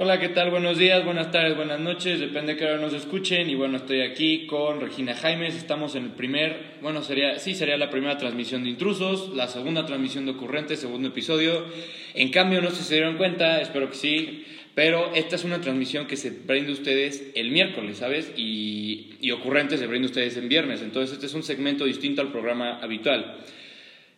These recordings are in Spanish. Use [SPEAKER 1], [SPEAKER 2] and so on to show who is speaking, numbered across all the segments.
[SPEAKER 1] Hola, ¿qué tal? Buenos días, buenas tardes, buenas noches, depende de qué hora nos escuchen. Y bueno, estoy aquí con Regina Jaimes, estamos en el primer, bueno, sería, sí, sería la primera transmisión de intrusos, la segunda transmisión de ocurrente, segundo episodio. En cambio, no sé si se dieron cuenta, espero que sí, pero esta es una transmisión que se brinda a ustedes el miércoles, ¿sabes? Y, y ocurrente se brinda a ustedes en viernes, entonces este es un segmento distinto al programa habitual.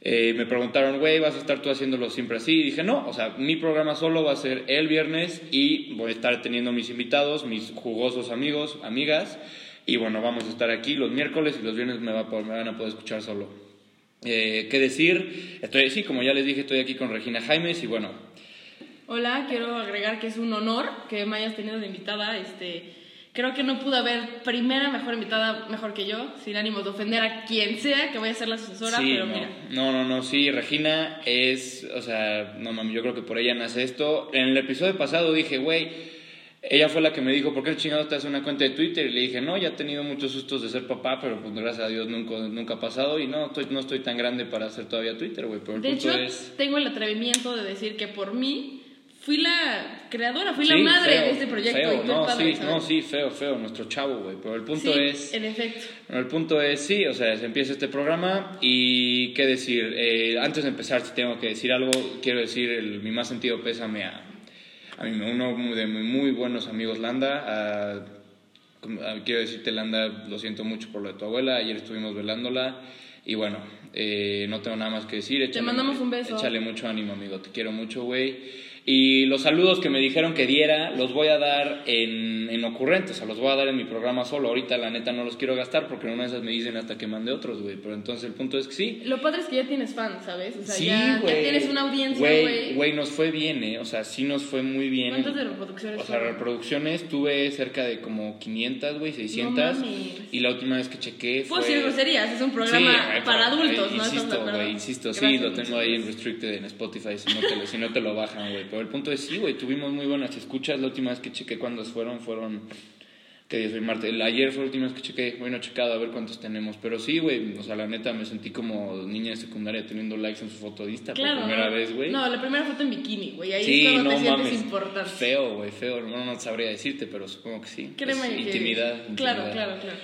[SPEAKER 1] Eh, me preguntaron, güey, ¿vas a estar tú haciéndolo siempre así? Y dije, no, o sea, mi programa solo va a ser el viernes y voy a estar teniendo mis invitados, mis jugosos amigos, amigas. Y bueno, vamos a estar aquí los miércoles y los viernes me, va a poder- me van a poder escuchar solo. Eh, ¿Qué decir? Estoy, sí, como ya les dije, estoy aquí con Regina Jaimes y bueno,
[SPEAKER 2] Hola, quiero agregar que es un honor que me hayas tenido de invitada. Este, creo que no pudo haber primera mejor invitada mejor que yo, sin ánimo de ofender a quien sea que voy a ser la sucesora,
[SPEAKER 1] sí,
[SPEAKER 2] pero
[SPEAKER 1] no,
[SPEAKER 2] mira.
[SPEAKER 1] no, no, no, sí, Regina es, o sea, no mami, yo creo que por ella nace esto. En el episodio pasado dije, güey, ella fue la que me dijo, ¿por qué el chingado te hace una cuenta de Twitter? Y le dije, no, ya he tenido muchos sustos de ser papá, pero pues gracias a Dios nunca, nunca ha pasado y no, estoy, no estoy tan grande para hacer todavía Twitter, güey, pero el
[SPEAKER 2] De
[SPEAKER 1] punto
[SPEAKER 2] hecho,
[SPEAKER 1] es...
[SPEAKER 2] tengo el atrevimiento de decir que por mí fui la creadora, fui la
[SPEAKER 1] Sí,
[SPEAKER 2] madre
[SPEAKER 1] feo,
[SPEAKER 2] de este proyecto. y
[SPEAKER 1] Feo,
[SPEAKER 2] tú el
[SPEAKER 1] no,
[SPEAKER 2] padre,
[SPEAKER 1] sí,
[SPEAKER 2] ¿sabes?
[SPEAKER 1] no, sí, feo, feo, nuestro chavo, güey, pero el punto
[SPEAKER 2] Sí,
[SPEAKER 1] es...
[SPEAKER 2] en efecto.
[SPEAKER 1] Bueno, el punto es, sí, o sea, se empieza este programa y qué decir. Eh, antes de empezar, si tengo que decir algo, quiero decir el- mi más sentido pésame a, a mi- uno de mis muy buenos amigos, Landa. a- como- a- quiero decirte, Landa, lo siento mucho por lo de tu abuela. Ayer estuvimos velándola y bueno, eh, no tengo nada más que decir. Échale-
[SPEAKER 2] mandamos un beso.
[SPEAKER 1] Échale mucho ánimo, amigo. Te quiero mucho, güey. Y los saludos que me dijeron que diera, los voy a dar en, en ocurrente, o sea, los voy a dar en mi programa solo. Ahorita, la neta, no los quiero gastar porque en una de esas me dicen hasta que mande otros, güey. Pero entonces el punto es que sí.
[SPEAKER 2] Lo padre es que ya tienes fans, ¿sabes? O sea,
[SPEAKER 1] sí,
[SPEAKER 2] ya, ya
[SPEAKER 1] güey.
[SPEAKER 2] tienes una audiencia,
[SPEAKER 1] güey.
[SPEAKER 2] güey.
[SPEAKER 1] Güey, nos fue bien, ¿eh? O sea, sí nos fue muy bien.
[SPEAKER 2] ¿Cuántas de reproducciones
[SPEAKER 1] O sea,
[SPEAKER 2] fueron?
[SPEAKER 1] reproducciones tuve cerca de como 500, güey, 600.
[SPEAKER 2] mames. Pues
[SPEAKER 1] y la última vez que chequé fue...
[SPEAKER 2] Puedo decir groserías, es un
[SPEAKER 1] Sí,
[SPEAKER 2] programa
[SPEAKER 1] güey,
[SPEAKER 2] para
[SPEAKER 1] pero,
[SPEAKER 2] adultos,
[SPEAKER 1] eh,
[SPEAKER 2] ¿no? ¿Estás de
[SPEAKER 1] Insisto,
[SPEAKER 2] acuerdo?
[SPEAKER 1] güey, insisto, sí,
[SPEAKER 2] Gracias,
[SPEAKER 1] lo tengo ahí en
[SPEAKER 2] muchas
[SPEAKER 1] restricted en Spotify, si no te lo, si no te lo bajan, güey. Pero el punto es, sí, güey, tuvimos muy buenas escuchas. La última vez que chequé cuándo fueron, fueron... ¿Qué día es hoy? Martes. El- Ayer fue la última vez que chequé. Bueno, he checado a ver cuántos tenemos. Pero sí, güey, o sea, la neta me sentí como niña de secundaria teniendo likes en su foto de Insta por primera
[SPEAKER 2] no.
[SPEAKER 1] vez, güey.
[SPEAKER 2] No, la primera foto en bikini, güey. Ahí
[SPEAKER 1] Sí,
[SPEAKER 2] es cuando
[SPEAKER 1] no
[SPEAKER 2] te sientes
[SPEAKER 1] mames.
[SPEAKER 2] importante.
[SPEAKER 1] Feo, güey, feo. No, no sabría decirte, pero supongo que sí.
[SPEAKER 2] Créeme
[SPEAKER 1] Es
[SPEAKER 2] que.
[SPEAKER 1] Intimidad.
[SPEAKER 2] Claro,
[SPEAKER 1] intimidad.
[SPEAKER 2] claro, claro.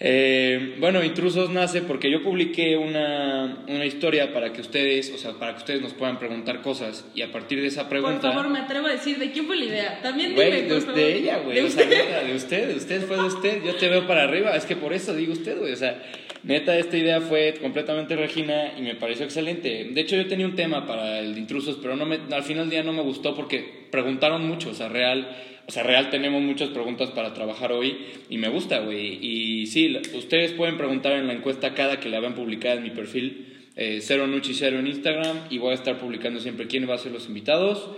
[SPEAKER 1] Eh, bueno, Intrusos nace porque yo publiqué una, una historia para que ustedes, o sea, para que ustedes nos puedan preguntar cosas y a partir de esa pregunta...
[SPEAKER 2] Por favor, me atrevo a decir de quién fue la idea. También
[SPEAKER 1] Güey,
[SPEAKER 2] dime,
[SPEAKER 1] de,
[SPEAKER 2] por
[SPEAKER 1] usted,
[SPEAKER 2] favor.
[SPEAKER 1] ella, güey.
[SPEAKER 2] De
[SPEAKER 1] o sea,
[SPEAKER 2] usted.
[SPEAKER 1] neta, de usted, de usted fue de usted. Yo te veo para arriba, es que por eso digo usted, güey. O sea, neta, esta idea fue completamente Regina y me pareció excelente. De hecho, yo tenía un tema para el de intrusos, pero no me, al final del día no me gustó porque preguntaron mucho, o sea, real. O sea, real tenemos muchas preguntas para trabajar hoy y me gusta, güey. Y sí, la- ustedes pueden preguntar en la encuesta cada que la vean publicada en mi perfil, eh, Cero Nuchi Cero en Instagram, y voy a estar publicando siempre quién va a ser los invitados.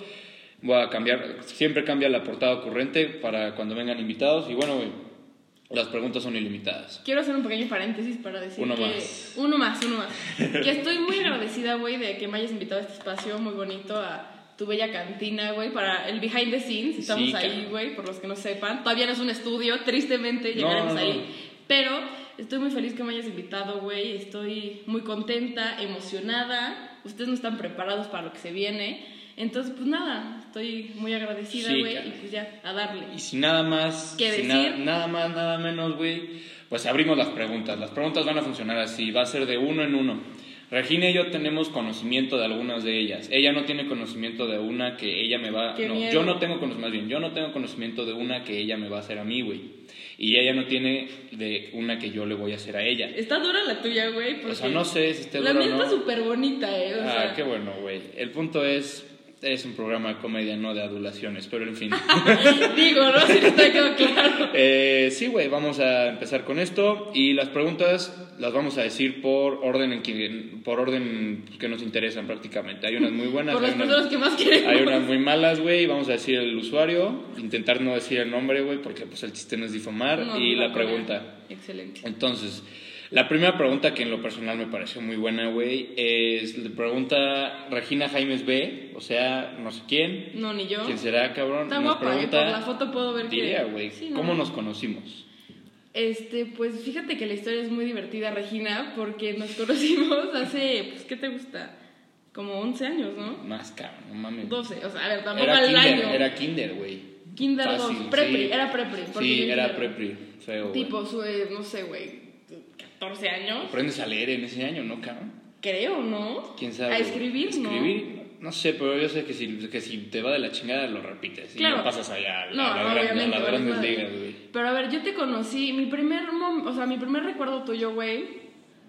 [SPEAKER 1] Voy a cambiar, siempre cambia la portada ocurrente para cuando vengan invitados. Y bueno, güey, las preguntas son ilimitadas.
[SPEAKER 2] Quiero hacer un pequeño paréntesis para decir
[SPEAKER 1] Uno
[SPEAKER 2] que...
[SPEAKER 1] más.
[SPEAKER 2] Uno más, uno más. que estoy muy agradecida, güey, de que me hayas invitado a este espacio muy bonito, a tu bella cantina, güey, para el behind the scenes. Estamos
[SPEAKER 1] Sí,
[SPEAKER 2] ahí,
[SPEAKER 1] cabrón.
[SPEAKER 2] güey, por los que no sepan. Todavía no es un estudio, tristemente
[SPEAKER 1] No, no,
[SPEAKER 2] llegaremos
[SPEAKER 1] no.
[SPEAKER 2] ahí. Pero estoy muy feliz que me hayas invitado, güey. Estoy muy contenta, emocionada. Ustedes no están preparados para lo que se viene. Entonces, pues nada, estoy muy agradecida,
[SPEAKER 1] Sí,
[SPEAKER 2] güey. y
[SPEAKER 1] cabrón.
[SPEAKER 2] pues ya, a darle.
[SPEAKER 1] Y sin nada más,
[SPEAKER 2] ¿Qué
[SPEAKER 1] sin
[SPEAKER 2] decir?
[SPEAKER 1] na- nada más, nada menos, güey, pues abrimos las preguntas. Las preguntas van a funcionar así, va a ser de uno en uno. Regina y yo tenemos conocimiento de algunas de ellas. Ella no tiene conocimiento de una que ella me va...
[SPEAKER 2] Qué
[SPEAKER 1] no,
[SPEAKER 2] miedo.
[SPEAKER 1] yo no tengo conocimiento, más bien, yo no tengo conocimiento de una que ella me va a hacer a mí, güey. Y ella no tiene de una que yo le voy a hacer a ella.
[SPEAKER 2] Está dura la tuya, güey.
[SPEAKER 1] O sea,
[SPEAKER 2] porque-
[SPEAKER 1] no sé si esté
[SPEAKER 2] La
[SPEAKER 1] dura o
[SPEAKER 2] mía
[SPEAKER 1] no.
[SPEAKER 2] está súper bonita, eh. O
[SPEAKER 1] Ah,
[SPEAKER 2] sea,
[SPEAKER 1] qué bueno, güey. El punto es, es un programa de comedia, no de adulaciones, pero en fin.
[SPEAKER 2] Digo, ¿no? Si no te quedó claro.
[SPEAKER 1] Eh, sí, güey, vamos a empezar con esto y las preguntas las vamos a decir por orden en que, por orden que nos interesan prácticamente. Hay unas muy buenas,
[SPEAKER 2] Por
[SPEAKER 1] hay
[SPEAKER 2] las personas
[SPEAKER 1] unas,
[SPEAKER 2] que más queremos.
[SPEAKER 1] hay unas muy malas, güey, y vamos a decir el usuario, intentar no decir el nombre, güey, porque pues el chiste no es difamar
[SPEAKER 2] No,
[SPEAKER 1] y
[SPEAKER 2] no,
[SPEAKER 1] la
[SPEAKER 2] no,
[SPEAKER 1] pregunta.
[SPEAKER 2] Excelente.
[SPEAKER 1] Entonces, la primera pregunta que en lo personal me pareció muy buena, güey, es le pregunta Regina Jaimes B, o sea, no sé quién,
[SPEAKER 2] No, ni yo.
[SPEAKER 1] quién será, cabrón.
[SPEAKER 2] Está
[SPEAKER 1] nos
[SPEAKER 2] guapa, eh,
[SPEAKER 1] pregunta,
[SPEAKER 2] por la foto puedo ver que-
[SPEAKER 1] diría, güey,
[SPEAKER 2] Sí, no.
[SPEAKER 1] ¿cómo nos conocimos?
[SPEAKER 2] Este, pues fíjate que la historia es muy divertida, Regina, porque nos conocimos hace, pues, ¿qué te gusta? Como 11 años, ¿no?
[SPEAKER 1] Más cabrón, no mames.
[SPEAKER 2] 12, o sea, a ver, tampoco
[SPEAKER 1] Era
[SPEAKER 2] al
[SPEAKER 1] kinder,
[SPEAKER 2] año.
[SPEAKER 1] era kinder, güey.
[SPEAKER 2] Kinder
[SPEAKER 1] Fácil,
[SPEAKER 2] 2, prepri,
[SPEAKER 1] sí.
[SPEAKER 2] era prepri. porque
[SPEAKER 1] Sí,
[SPEAKER 2] yo
[SPEAKER 1] era
[SPEAKER 2] quiero-
[SPEAKER 1] prepri, feo. güey.
[SPEAKER 2] Tipo, su, eh, no sé, güey, 14 años,
[SPEAKER 1] Aprendes a leer en ese año, ¿no, cabrón?
[SPEAKER 2] creo, ¿no?
[SPEAKER 1] ¿Quién sabe?
[SPEAKER 2] A
[SPEAKER 1] güey?
[SPEAKER 2] escribir, ¿no?
[SPEAKER 1] Escribir, no sé, pero yo sé que si, que si te va de la chingada lo repites. Y
[SPEAKER 2] Claro.
[SPEAKER 1] no pasas allá a la,
[SPEAKER 2] No,
[SPEAKER 1] a la gran- a
[SPEAKER 2] obviamente.
[SPEAKER 1] las
[SPEAKER 2] vale
[SPEAKER 1] grandes
[SPEAKER 2] madre.
[SPEAKER 1] ligas, güey.
[SPEAKER 2] Pero a ver, yo te conocí, mi primer, mom- o sea, mi primer recuerdo tuyo, güey,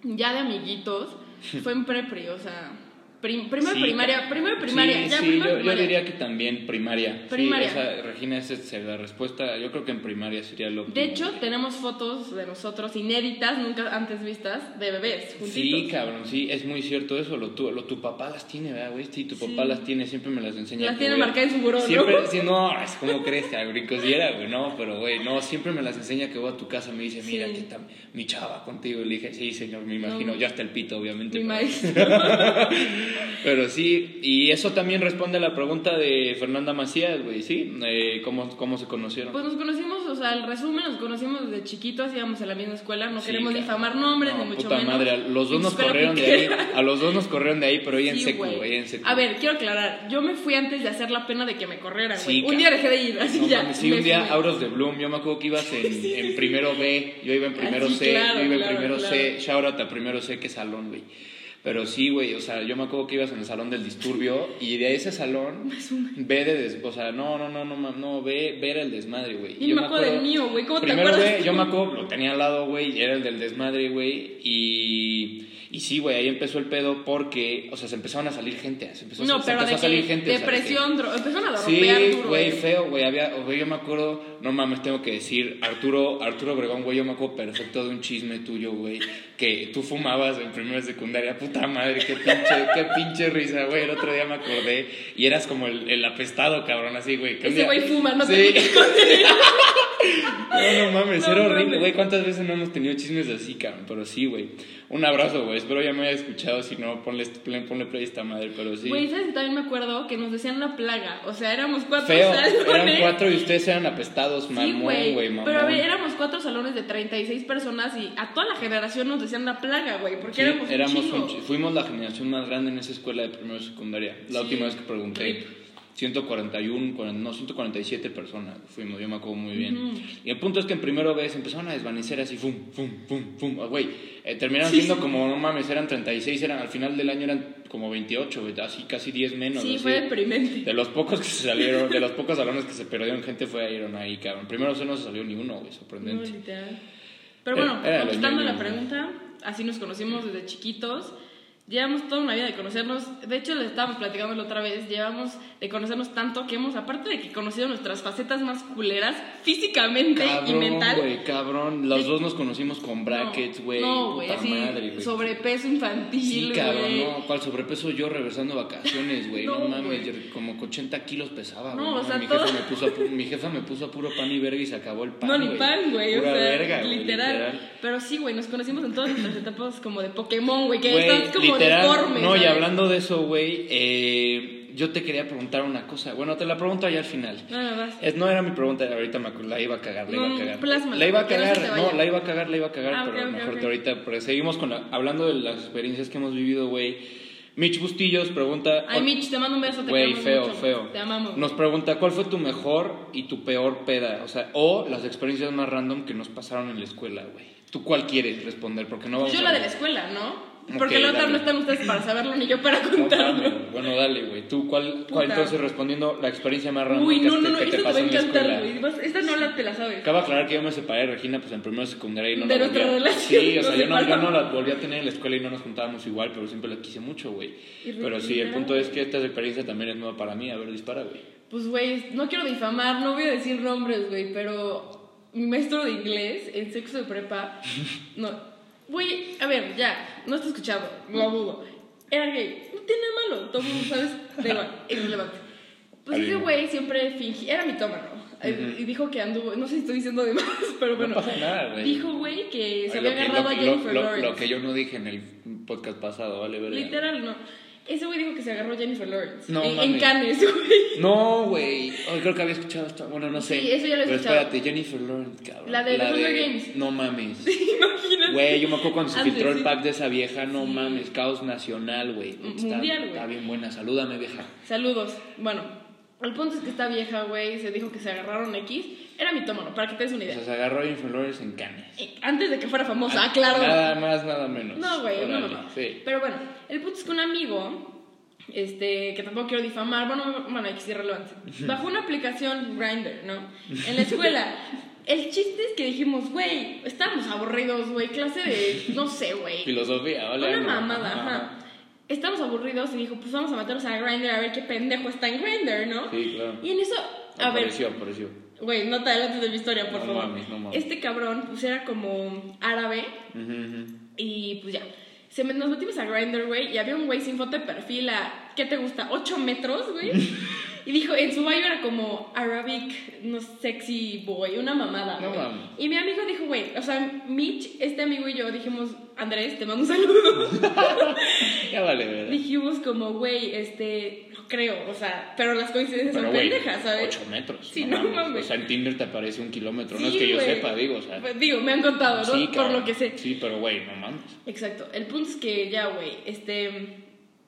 [SPEAKER 2] ya de amiguitos, fue en prepri, o sea, prim- primero
[SPEAKER 1] Sí,
[SPEAKER 2] primaria,
[SPEAKER 1] ca-
[SPEAKER 2] primero primaria,
[SPEAKER 1] sí,
[SPEAKER 2] ya
[SPEAKER 1] sí,
[SPEAKER 2] primero
[SPEAKER 1] yo, yo
[SPEAKER 2] primaria.
[SPEAKER 1] diría que también primaria. Sí,
[SPEAKER 2] Primaria.
[SPEAKER 1] esa, Regina, esa es la respuesta. Yo creo que en primaria sería lo
[SPEAKER 2] De
[SPEAKER 1] óptimo.
[SPEAKER 2] hecho, tenemos fotos de nosotros inéditas, nunca antes vistas, de bebés juntitos.
[SPEAKER 1] Sí, cabrón, sí, es muy cierto eso. Lo, tu, lo, tu papá las tiene, ¿verdad, güey? Sí, tu
[SPEAKER 2] Sí.
[SPEAKER 1] papá las tiene, siempre me las enseña.
[SPEAKER 2] Las
[SPEAKER 1] que,
[SPEAKER 2] tiene
[SPEAKER 1] güey,
[SPEAKER 2] marcadas en su buró, ¿no?
[SPEAKER 1] Siempre, sí, no, es como crees, bricosiera, güey, no, pero, güey, no, siempre me las enseña que voy a tu casa, me dice, mira,
[SPEAKER 2] Sí.
[SPEAKER 1] aquí está mi chava contigo. Y le dije, sí, señor, me imagino,
[SPEAKER 2] No.
[SPEAKER 1] ya está el pito, obviamente.
[SPEAKER 2] Mi
[SPEAKER 1] pero-
[SPEAKER 2] maestro.
[SPEAKER 1] Pero sí, y eso también responde a la pregunta de Fernanda Macías, güey, ¿sí? Eh, ¿cómo, ¿Cómo se conocieron?
[SPEAKER 2] Pues nos conocimos, o sea, el resumen, nos conocimos desde chiquitos, íbamos a la misma escuela, no
[SPEAKER 1] Sí,
[SPEAKER 2] queremos
[SPEAKER 1] cabrón.
[SPEAKER 2] difamar nombres,
[SPEAKER 1] No,
[SPEAKER 2] ni mucho
[SPEAKER 1] puta
[SPEAKER 2] menos.
[SPEAKER 1] madre, a los dos nos
[SPEAKER 2] Escuela
[SPEAKER 1] corrieron de ahí,
[SPEAKER 2] piquera.
[SPEAKER 1] a los dos nos corrieron de ahí, pero ella en
[SPEAKER 2] Sí,
[SPEAKER 1] secu,
[SPEAKER 2] güey.
[SPEAKER 1] güey, en secu.
[SPEAKER 2] A ver, quiero aclarar, yo me fui antes de hacer la pena de que me corrieran,
[SPEAKER 1] Sí,
[SPEAKER 2] güey. un
[SPEAKER 1] cabrón.
[SPEAKER 2] día dejé de ir, así
[SPEAKER 1] No
[SPEAKER 2] ya.
[SPEAKER 1] mames, sí,
[SPEAKER 2] me
[SPEAKER 1] un día
[SPEAKER 2] fui.
[SPEAKER 1] Auros de Bloom, yo me acuerdo que ibas en, en primero B, yo iba en primero
[SPEAKER 2] Ah, sí,
[SPEAKER 1] C,
[SPEAKER 2] claro,
[SPEAKER 1] yo iba en
[SPEAKER 2] claro,
[SPEAKER 1] primero C,
[SPEAKER 2] claro.
[SPEAKER 1] shout out a primero C, qué salón, güey. Pero sí, güey, o sea, yo me acuerdo que ibas en el salón del disturbio y de ese salón B de des, o sea, no, no, no, no, ma- no, B, B era el desmadre, güey.
[SPEAKER 2] Ni me acuerdo del mío, güey, ¿cómo te
[SPEAKER 1] primero
[SPEAKER 2] acuerdas?
[SPEAKER 1] B, yo me acuerdo, lo tenía al lado, güey, y era el del desmadre, güey, y y sí, güey, ahí empezó el pedo porque, o sea, se empezaron a salir gente, se empezó,
[SPEAKER 2] No,
[SPEAKER 1] se
[SPEAKER 2] pero
[SPEAKER 1] empezó
[SPEAKER 2] de
[SPEAKER 1] a salir
[SPEAKER 2] que
[SPEAKER 1] gente. o sea, de que-
[SPEAKER 2] depresión, dro- empezaron a dropear
[SPEAKER 1] Sí,
[SPEAKER 2] duro.
[SPEAKER 1] güey, feo, güey. Había, güey, yo me acuerdo, no mames, tengo que decir, Arturo, Arturo Obregón, güey, yo me acuerdo perfecto de un chisme tuyo, güey, que tú fumabas en primera y secundaria, puta madre, qué pinche, qué pinche risa, güey. El otro día me acordé y eras como el, el apestado, cabrón, así, güey. que un
[SPEAKER 2] Ese
[SPEAKER 1] día-
[SPEAKER 2] güey fuma, no
[SPEAKER 1] Sí.
[SPEAKER 2] te
[SPEAKER 1] No, no mames,
[SPEAKER 2] No
[SPEAKER 1] era horrible,
[SPEAKER 2] mames.
[SPEAKER 1] güey. ¿Cuántas veces no hemos tenido chismes así, cabrón? Pero sí, güey. Un abrazo, güey. Espero ya me haya escuchado. Si no, ponle, ponle, ponle play a esta madre, pero sí.
[SPEAKER 2] Güey, ¿sabes? También me acuerdo que nos decían la plaga, o sea, éramos cuatro
[SPEAKER 1] Feo,
[SPEAKER 2] salones.
[SPEAKER 1] eran cuatro y ustedes eran apestados,
[SPEAKER 2] Sí,
[SPEAKER 1] mamón,
[SPEAKER 2] güey.
[SPEAKER 1] güey, mamón.
[SPEAKER 2] Pero a ver, éramos cuatro salones de 36 personas y a toda la generación nos decían la plaga, güey, porque
[SPEAKER 1] Sí,
[SPEAKER 2] éramos,
[SPEAKER 1] éramos
[SPEAKER 2] un
[SPEAKER 1] un
[SPEAKER 2] chingo.
[SPEAKER 1] chi- Fuimos la generación más grande en esa escuela de primero y secundaria. La
[SPEAKER 2] Sí.
[SPEAKER 1] última vez que pregunté,
[SPEAKER 2] Rip.
[SPEAKER 1] 141, cuaren- no, 147 personas fuimos, yo me acuerdo muy bien.
[SPEAKER 2] Ujú.
[SPEAKER 1] Y el punto es que en primero vez empezaron a desvanecer así, fum, fum, fum, fum. Ah, Güey, eh, terminaron
[SPEAKER 2] Sí,
[SPEAKER 1] siendo
[SPEAKER 2] sí.
[SPEAKER 1] como, no mames, eran 36, eran, al final del año eran como 28, güey, así casi 10 menos.
[SPEAKER 2] sí,
[SPEAKER 1] así.
[SPEAKER 2] fue deprimente.
[SPEAKER 1] De los pocos que se salieron, de los pocos salones que se perdieron gente fue ahí, ahí, cabrón. Primero se no se salió ni uno, güey,
[SPEAKER 2] No,
[SPEAKER 1] sorprendente.
[SPEAKER 2] literal. Pero
[SPEAKER 1] Eh, Era-
[SPEAKER 2] bueno,
[SPEAKER 1] era lo
[SPEAKER 2] contestando
[SPEAKER 1] ñoño,
[SPEAKER 2] la
[SPEAKER 1] ¿no?
[SPEAKER 2] pregunta, así nos conocimos desde chiquitos. Llevamos toda una vida de conocernos. De hecho, les estábamos platicando la otra vez. Llevamos de conocernos tanto que hemos, aparte de que conocido nuestras facetas más culeras, físicamente y
[SPEAKER 1] Cabrón,
[SPEAKER 2] mental.
[SPEAKER 1] güey, cabrón. Los
[SPEAKER 2] Sí.
[SPEAKER 1] dos nos conocimos con brackets, güey.
[SPEAKER 2] No, güey,
[SPEAKER 1] puta
[SPEAKER 2] así.
[SPEAKER 1] madre, güey.
[SPEAKER 2] sobrepeso infantil,
[SPEAKER 1] Sí, cabrón,
[SPEAKER 2] güey.
[SPEAKER 1] no. ¿Cuál sobrepeso yo regresando de vacaciones, güey? no,
[SPEAKER 2] No,
[SPEAKER 1] mames,
[SPEAKER 2] güey.
[SPEAKER 1] yo como 80 kilos pesaba, güey.
[SPEAKER 2] No, o sea,
[SPEAKER 1] mi,
[SPEAKER 2] todo-
[SPEAKER 1] jefa me puso a pu- mi jefa me puso a puro pan y verga y se acabó el pan.
[SPEAKER 2] No, ni pan, güey. O
[SPEAKER 1] Pura
[SPEAKER 2] sea,
[SPEAKER 1] verga, güey,
[SPEAKER 2] literal. Pero sí, güey, nos conocimos en todas nuestras etapas como de Pokémon, güey, que
[SPEAKER 1] Güey,
[SPEAKER 2] estás como
[SPEAKER 1] literal,
[SPEAKER 2] deforme.
[SPEAKER 1] No, y
[SPEAKER 2] ¿sabes?
[SPEAKER 1] hablando de eso, güey, eh, yo te quería preguntar una cosa. Bueno, te la pregunto ya al final.
[SPEAKER 2] No, no, vas.
[SPEAKER 1] Es, no era mi pregunta, ahorita me acu- la iba a cagar, la iba a
[SPEAKER 2] Mm,
[SPEAKER 1] cagar.
[SPEAKER 2] plásmala,
[SPEAKER 1] la iba a
[SPEAKER 2] que no se
[SPEAKER 1] cagar,
[SPEAKER 2] te
[SPEAKER 1] no,
[SPEAKER 2] vaya.
[SPEAKER 1] la iba a cagar, la iba a cagar,
[SPEAKER 2] Ah,
[SPEAKER 1] pero
[SPEAKER 2] ok, ok,
[SPEAKER 1] mejor
[SPEAKER 2] ok.
[SPEAKER 1] que ahorita, pero seguimos con la- hablando de las experiencias que hemos vivido, güey. Mitch Bustillos pregunta,
[SPEAKER 2] Ay, Mitch, te mando un beso, te
[SPEAKER 1] güey,
[SPEAKER 2] queremos
[SPEAKER 1] feo,
[SPEAKER 2] mucho.
[SPEAKER 1] feo.
[SPEAKER 2] Te amamos.
[SPEAKER 1] Nos pregunta, ¿cuál fue tu mejor y tu peor peda? O sea, o las experiencias más random que nos pasaron en la escuela, güey. ¿Tú cuál quieres responder? Porque no vamos
[SPEAKER 2] Yo
[SPEAKER 1] a
[SPEAKER 2] la de la escuela, ¿no? Porque
[SPEAKER 1] Ok,
[SPEAKER 2] la otra
[SPEAKER 1] dale.
[SPEAKER 2] no están ustedes para saberlo ni yo para
[SPEAKER 1] No
[SPEAKER 2] contarlo.
[SPEAKER 1] mames, Bueno, dale, güey. ¿Tú cuál, cuál
[SPEAKER 2] Puta.
[SPEAKER 1] entonces respondiendo la experiencia más random
[SPEAKER 2] Uy,
[SPEAKER 1] que,
[SPEAKER 2] no,
[SPEAKER 1] te-
[SPEAKER 2] no,
[SPEAKER 1] que
[SPEAKER 2] no,
[SPEAKER 1] te
[SPEAKER 2] esto te va
[SPEAKER 1] pasó
[SPEAKER 2] a
[SPEAKER 1] en la escuela?
[SPEAKER 2] encantar, güey. Vas- Esta no la te la sabes.
[SPEAKER 1] Cabe aclarar que yo me separé de Regina pues en primero de secundaria y no
[SPEAKER 2] De
[SPEAKER 1] la
[SPEAKER 2] nuestra
[SPEAKER 1] volví a-
[SPEAKER 2] relación,
[SPEAKER 1] Sí, o sea, yo
[SPEAKER 2] nos
[SPEAKER 1] no, yo no
[SPEAKER 2] separamos.
[SPEAKER 1] la volví a tener en la escuela y no nos juntábamos igual, pero siempre la quise mucho, güey.
[SPEAKER 2] Y re-
[SPEAKER 1] Pero sí, el
[SPEAKER 2] literal.
[SPEAKER 1] punto es que esta experiencia también es nueva para mí. A ver, dispara, güey.
[SPEAKER 2] Pues, güey, no quiero difamar, no voy a decir nombres, güey, pero mi maestro de inglés en sexo de prepa, no, güey, a ver, ya, no está escuchado, lo abudo. Era gay, no tiene nada malo, todo el mundo, ¿sabes? Da igual, es relevante. Pues ese
[SPEAKER 1] Alguien.
[SPEAKER 2] güey siempre fingía, era mitómano, eh, y dijo que anduvo, no sé si estoy diciendo de más, pero bueno.
[SPEAKER 1] pasa nada, güey.
[SPEAKER 2] Dijo, güey, que se
[SPEAKER 1] Ay, lo
[SPEAKER 2] había
[SPEAKER 1] que-
[SPEAKER 2] agarrado a
[SPEAKER 1] lo, que- lo-
[SPEAKER 2] Jennifer
[SPEAKER 1] lo-
[SPEAKER 2] Lawrence.
[SPEAKER 1] lo que yo no dije en el podcast pasado, vale, verga.
[SPEAKER 2] Literal, no. Ese güey dijo que se agarró a Jennifer Lawrence.
[SPEAKER 1] No
[SPEAKER 2] en, en
[SPEAKER 1] mames.
[SPEAKER 2] Cannes, güey.
[SPEAKER 1] No, güey. Ay, creo que había escuchado esto. Bueno, no sé.
[SPEAKER 2] Sí, eso ya lo he
[SPEAKER 1] Pero
[SPEAKER 2] escuchado.
[SPEAKER 1] espérate, Jennifer Lawrence, cabrón.
[SPEAKER 2] La de los Hunger Games.
[SPEAKER 1] No mames.
[SPEAKER 2] Imagínate.
[SPEAKER 1] Güey, yo me acuerdo cuando se
[SPEAKER 2] Antes,
[SPEAKER 1] filtró el
[SPEAKER 2] Ah, sí.
[SPEAKER 1] pack de esa vieja, no mames, caos nacional, güey.
[SPEAKER 2] M- mundial, güey.
[SPEAKER 1] Está bien buena, salúdame, vieja.
[SPEAKER 2] Saludos. Bueno, El punto es que esta vieja, güey, se dijo que se agarraron X. Era mitómano, para que te des
[SPEAKER 1] O
[SPEAKER 2] una idea.
[SPEAKER 1] sea, se agarró a influencers en canes.
[SPEAKER 2] Eh, Antes de que fuera famosa,
[SPEAKER 1] Ah,
[SPEAKER 2] claro.
[SPEAKER 1] Nada más, nada menos.
[SPEAKER 2] No, güey, no, no,
[SPEAKER 1] Órale,
[SPEAKER 2] no.
[SPEAKER 1] Sí.
[SPEAKER 2] Pero bueno, el punto es que un amigo, este, que tampoco quiero difamar, bueno, bueno, X irrelevante, bajó una aplicación Grindr, ¿no? En la escuela. El chiste es que dijimos, güey, estábamos aburridos, güey, clase de, no sé, güey.
[SPEAKER 1] Filosofía, vale.
[SPEAKER 2] Una
[SPEAKER 1] no.
[SPEAKER 2] mamada, ajá. Estamos aburridos y dijo, pues vamos a meternos a Grindr a ver qué pendejo está en Grindr, ¿no?
[SPEAKER 1] Sí, claro.
[SPEAKER 2] Y en eso, a ver,
[SPEAKER 1] apareció, apareció.
[SPEAKER 2] güey, no te adelantes de mi historia, por
[SPEAKER 1] No
[SPEAKER 2] favor.
[SPEAKER 1] mames, no mames.
[SPEAKER 2] Este cabrón, pues era como árabe,
[SPEAKER 1] Ujú, ujú.
[SPEAKER 2] y pues ya. Se me- nos metimos a Grindr, güey, y había un güey sin foto de perfil a, ¿qué te gusta? ¿8 metros, güey? y dijo, en su bio era como Arabic, no sexy boy, una mamada,
[SPEAKER 1] No
[SPEAKER 2] güey.
[SPEAKER 1] mames.
[SPEAKER 2] y mi amigo dijo, güey, o sea, Mitch, este amigo y yo dijimos, Andrés, te mando un saludo.
[SPEAKER 1] Ya vale, ¿verdad?
[SPEAKER 2] dijimos como, güey, este, no creo, o sea, pero las coincidencias
[SPEAKER 1] Pero,
[SPEAKER 2] son
[SPEAKER 1] güey,
[SPEAKER 2] pendejas, ¿sabes?
[SPEAKER 1] 8 metros.
[SPEAKER 2] Sí, no mames.
[SPEAKER 1] O sea, en Tinder te aparece un kilómetro. no es
[SPEAKER 2] Sí,
[SPEAKER 1] que yo
[SPEAKER 2] güey.
[SPEAKER 1] sepa, digo, o sea.
[SPEAKER 2] Pues, digo, me han contado, ¿no?
[SPEAKER 1] sí,
[SPEAKER 2] Por
[SPEAKER 1] cabrón.
[SPEAKER 2] lo que sé.
[SPEAKER 1] Sí, pero, güey, no mames.
[SPEAKER 2] Exacto. El punto es que ya, güey, este,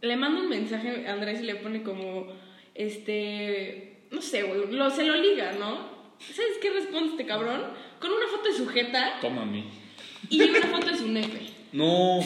[SPEAKER 2] le manda un mensaje a Andrés y le pone como, este, no sé, güey, lo, se lo liga, ¿no? ¿Sabes qué responde este cabrón? Con una foto de su jeta
[SPEAKER 1] Tómame.
[SPEAKER 2] y una foto de su nefe.
[SPEAKER 1] No.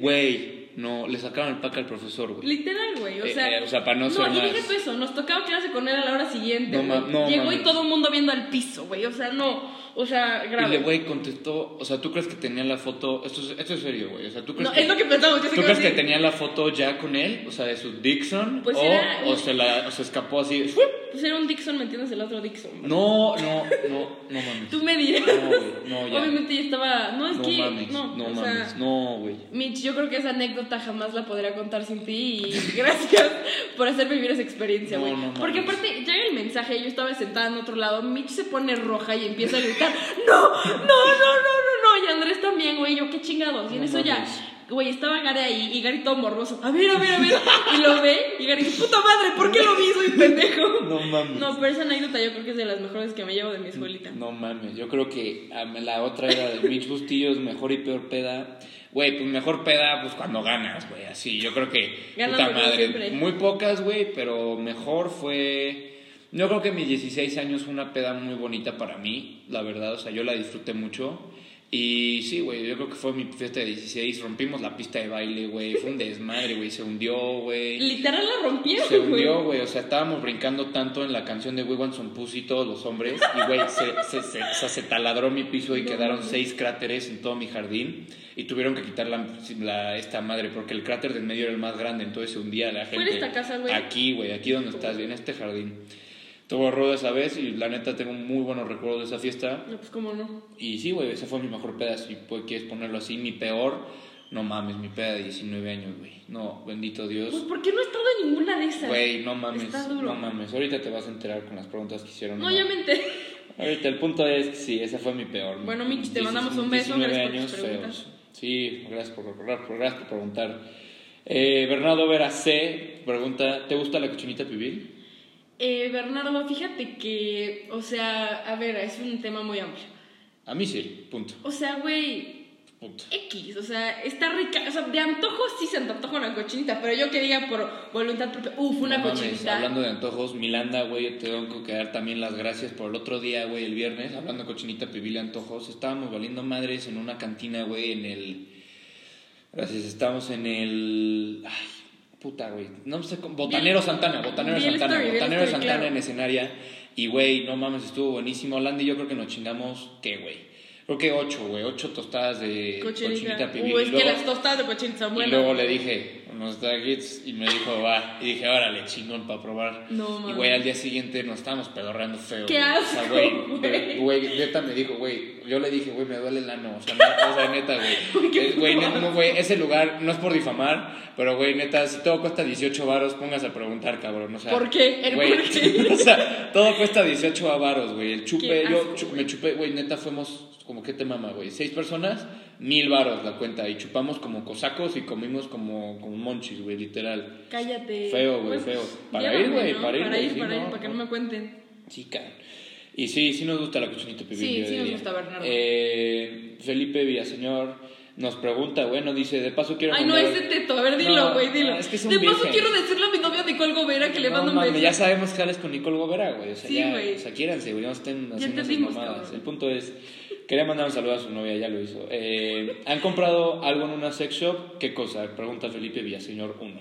[SPEAKER 1] Güey, no. Le sacaron el pack al profesor, güey.
[SPEAKER 2] Literal, güey, o
[SPEAKER 1] Eh,
[SPEAKER 2] sea...
[SPEAKER 1] eh, o sea, para no ser
[SPEAKER 2] y
[SPEAKER 1] más-
[SPEAKER 2] deja tú eso, nos tocaba clase con él a la hora siguiente,
[SPEAKER 1] No ma-
[SPEAKER 2] güey.
[SPEAKER 1] no
[SPEAKER 2] Llegó
[SPEAKER 1] mames.
[SPEAKER 2] y todo el mundo viendo al piso, güey, o sea, no, o sea,
[SPEAKER 1] Y
[SPEAKER 2] grave.
[SPEAKER 1] le, güey, contestó. O sea, ¿tú crees que tenía la foto? Esto es, esto es serio, güey. O sea, ¿tú crees
[SPEAKER 2] no,
[SPEAKER 1] que.?
[SPEAKER 2] es lo que pensamos, yo sé
[SPEAKER 1] ¿Tú
[SPEAKER 2] que
[SPEAKER 1] crees
[SPEAKER 2] iba a
[SPEAKER 1] que
[SPEAKER 2] decir-
[SPEAKER 1] tenía la foto ya con él? O sea, de su Dixon.
[SPEAKER 2] Pues
[SPEAKER 1] o,
[SPEAKER 2] era-
[SPEAKER 1] o se la o se escapó así.
[SPEAKER 2] Pues era un Dixon, ¿me entiendes? El otro Dixon.
[SPEAKER 1] No, no, no, no mames.
[SPEAKER 2] Tú me dirás.
[SPEAKER 1] No, güey, no, ya.
[SPEAKER 2] Obviamente yo estaba. No, es
[SPEAKER 1] No
[SPEAKER 2] que.
[SPEAKER 1] mames,
[SPEAKER 2] no,
[SPEAKER 1] no
[SPEAKER 2] o
[SPEAKER 1] mames,
[SPEAKER 2] sea,
[SPEAKER 1] no, güey.
[SPEAKER 2] Mitch, yo creo que esa anécdota jamás la podría contar sin ti y gracias por hacer vivir esa experiencia,
[SPEAKER 1] No,
[SPEAKER 2] güey.
[SPEAKER 1] no mames.
[SPEAKER 2] Porque aparte llega el mensaje, yo estaba sentada en otro lado, Mitch se pone roja y empieza a gritar, no, no, no, no, no, no, y Andrés también, güey, yo qué chingados, y en
[SPEAKER 1] No
[SPEAKER 2] eso ya,
[SPEAKER 1] mames.
[SPEAKER 2] güey, estaba Gary ahí y Gary todo morboso, a ver, a ver, a ver, y lo ve y Gary dice, puta madre, ¿por qué lo vi? Soy pendejo.
[SPEAKER 1] No mames.
[SPEAKER 2] No, pero esa anécdota yo creo que es de las mejores que me llevo de mi escuelita.
[SPEAKER 1] No mames, yo creo que a mí la otra era de Mitch Bustillos, mejor y peor peda. Güey, pues mejor peda, pues cuando ganas, güey, así. Yo creo que.
[SPEAKER 2] Ganas,
[SPEAKER 1] puta
[SPEAKER 2] pero siempre.
[SPEAKER 1] Muy pocas, güey, pero mejor fue. Yo creo que mis 16 años fue una peda muy bonita para mí, la verdad, o sea, yo la disfruté mucho. Y sí, güey, yo creo que fue mi fiesta de 16. Rompimos la pista de baile, güey, fue un desmadre, güey, se hundió, güey.
[SPEAKER 2] Literal la rompieron,
[SPEAKER 1] Se
[SPEAKER 2] güey.
[SPEAKER 1] hundió, güey. O sea, estábamos brincando tanto en la canción de We Want Some Pussy todos los hombres. Y, güey, se, se, se- o sea, se taladró mi piso y
[SPEAKER 2] No
[SPEAKER 1] quedaron
[SPEAKER 2] mames.
[SPEAKER 1] seis cráteres en todo mi jardín. Y tuvieron que quitar la, la- esta madre porque el cráter del medio era el más grande. Entonces se hundía la
[SPEAKER 2] ¿Fue
[SPEAKER 1] gente.
[SPEAKER 2] en esta casa, güey?
[SPEAKER 1] Aquí, güey. Aquí donde estás, en este jardín. Tuvo rueda esa vez y la neta tengo muy buenos recuerdos de esa fiesta.
[SPEAKER 2] No, pues cómo no.
[SPEAKER 1] Y sí, güey, esa fue mi mejor peda, si pues, quieres ponerlo así. Mi peor, no mames, mi peda de 19 años, güey. No, bendito Dios.
[SPEAKER 2] Pues porque no he estado en ninguna de esas.
[SPEAKER 1] Güey, no mames.
[SPEAKER 2] Está duro.
[SPEAKER 1] No mames. Ahorita te vas a enterar con las preguntas que hicieron.
[SPEAKER 2] No, ya me enteré.
[SPEAKER 1] Ahorita el punto es que sí, esa fue mi peor.
[SPEAKER 2] Bueno, Mitch, te
[SPEAKER 1] 16,
[SPEAKER 2] mandamos un beso,
[SPEAKER 1] 19
[SPEAKER 2] gracias por tus
[SPEAKER 1] años
[SPEAKER 2] preguntas.
[SPEAKER 1] feos. Sí, gracias por, recordar, por- gracias por preguntar. Eh, Bernardo Vera C pregunta: ¿Te gusta la cochinita pibil?
[SPEAKER 2] Eh, Bernardo, fíjate que, o sea, a ver, es un tema muy amplio.
[SPEAKER 1] A mí sí, punto.
[SPEAKER 2] O sea, güey,
[SPEAKER 1] punto.
[SPEAKER 2] X, o sea, está rica. O sea, de antojo sí se te antoja una cochinita, pero yo que diga por voluntad propia, uff, una
[SPEAKER 1] No mames,
[SPEAKER 2] cochinita.
[SPEAKER 1] Hablando de antojos, Milanda, güey, te tengo que dar también las gracias por el otro día, güey, el viernes, hablando de cochinita pibil y antojos. Estábamos valiendo madres en una cantina, güey, en el. Gracias, estábamos en el. Ay, puta, güey. No sé cómo. Botanero
[SPEAKER 2] Vi-
[SPEAKER 1] Santana, Botanero
[SPEAKER 2] vi el
[SPEAKER 1] Santana,
[SPEAKER 2] story, vi el
[SPEAKER 1] Botanero
[SPEAKER 2] story,
[SPEAKER 1] Santana
[SPEAKER 2] claro.
[SPEAKER 1] en escenaria. Y, güey, no mames, estuvo buenísimo. Landy, yo creo que nos chingamos, ¿qué, güey? Creo que ocho, güey, ocho tostadas de
[SPEAKER 2] cochinita.
[SPEAKER 1] cochinita, pibil.
[SPEAKER 2] Uh,
[SPEAKER 1] Y
[SPEAKER 2] es que
[SPEAKER 1] luego-
[SPEAKER 2] las tostadas de cochinita son
[SPEAKER 1] y
[SPEAKER 2] buenas.
[SPEAKER 1] luego le dije unos nuggets y me dijo, va. Y dije, órale, chingón, para probar.
[SPEAKER 2] No, mames.
[SPEAKER 1] y güey, al día siguiente nos estábamos pedorreando feo.
[SPEAKER 2] Qué
[SPEAKER 1] güey. O sea,
[SPEAKER 2] asco,
[SPEAKER 1] güey,
[SPEAKER 2] güey.
[SPEAKER 1] de- güey, neta me dijo, güey, yo le dije, güey, me duele el ano. O sea, neta, o sea, neta,
[SPEAKER 2] Güey,
[SPEAKER 1] güey.
[SPEAKER 2] qué
[SPEAKER 1] Eh, Güey,
[SPEAKER 2] puto
[SPEAKER 1] neta, no, güey, ese lugar no es por difamar, pero güey, neta, si todo cuesta 18 varos, pongas a preguntar, cabrón. O sea,
[SPEAKER 2] ¿Por qué? ¿El
[SPEAKER 1] güey,
[SPEAKER 2] por qué?
[SPEAKER 1] o sea, todo cuesta 18 avaros, güey. El chupe,
[SPEAKER 2] Qué
[SPEAKER 1] yo
[SPEAKER 2] asco,
[SPEAKER 1] chu-
[SPEAKER 2] güey.
[SPEAKER 1] me chupé, Ah, güey, neta fuimos como que te mama, güey. Seis personas, mil varos la cuenta. Y chupamos como cosacos y comimos como, como monchis, güey, literal.
[SPEAKER 2] Cállate.
[SPEAKER 1] Feo, güey,
[SPEAKER 2] Pues,
[SPEAKER 1] feo.
[SPEAKER 2] pues,
[SPEAKER 1] Para
[SPEAKER 2] llévame,
[SPEAKER 1] ir, güey,
[SPEAKER 2] ¿no?
[SPEAKER 1] para ir,
[SPEAKER 2] Para
[SPEAKER 1] güey,
[SPEAKER 2] ir,
[SPEAKER 1] sí,
[SPEAKER 2] para
[SPEAKER 1] no,
[SPEAKER 2] ir, para que no
[SPEAKER 1] no.
[SPEAKER 2] me cuenten.
[SPEAKER 1] Sí, cabrón. Y sí, sí nos gusta la cochinita pibil.
[SPEAKER 2] Sí,
[SPEAKER 1] yo
[SPEAKER 2] sí nos
[SPEAKER 1] diría.
[SPEAKER 2] gusta, Bernardo.
[SPEAKER 1] Eh, Felipe Villaseñor. nos pregunta, bueno, dice, de paso quiero
[SPEAKER 2] Ay, no,
[SPEAKER 1] mandar-
[SPEAKER 2] ese teto. A ver, dilo,
[SPEAKER 1] No,
[SPEAKER 2] güey, dilo.
[SPEAKER 1] no, es que es un
[SPEAKER 2] de paso
[SPEAKER 1] virgen.
[SPEAKER 2] quiero decirle a mi novia Nicole Gobera que le
[SPEAKER 1] No,
[SPEAKER 2] mando un
[SPEAKER 1] mames,
[SPEAKER 2] beso.
[SPEAKER 1] ya sabemos que sales con Nicole Gobera, güey. O sea,
[SPEAKER 2] Sí,
[SPEAKER 1] ya,
[SPEAKER 2] güey.
[SPEAKER 1] o sea, quiéranse, güey. No estén haciendo sus
[SPEAKER 2] entendimos,
[SPEAKER 1] mamadas.
[SPEAKER 2] cabrón.
[SPEAKER 1] El punto es, quería mandar un saludo a su novia, ya lo hizo. Eh, ¿Han comprado algo en una sex shop? ¿Qué cosa? Pregunta Felipe Villaseñor 1.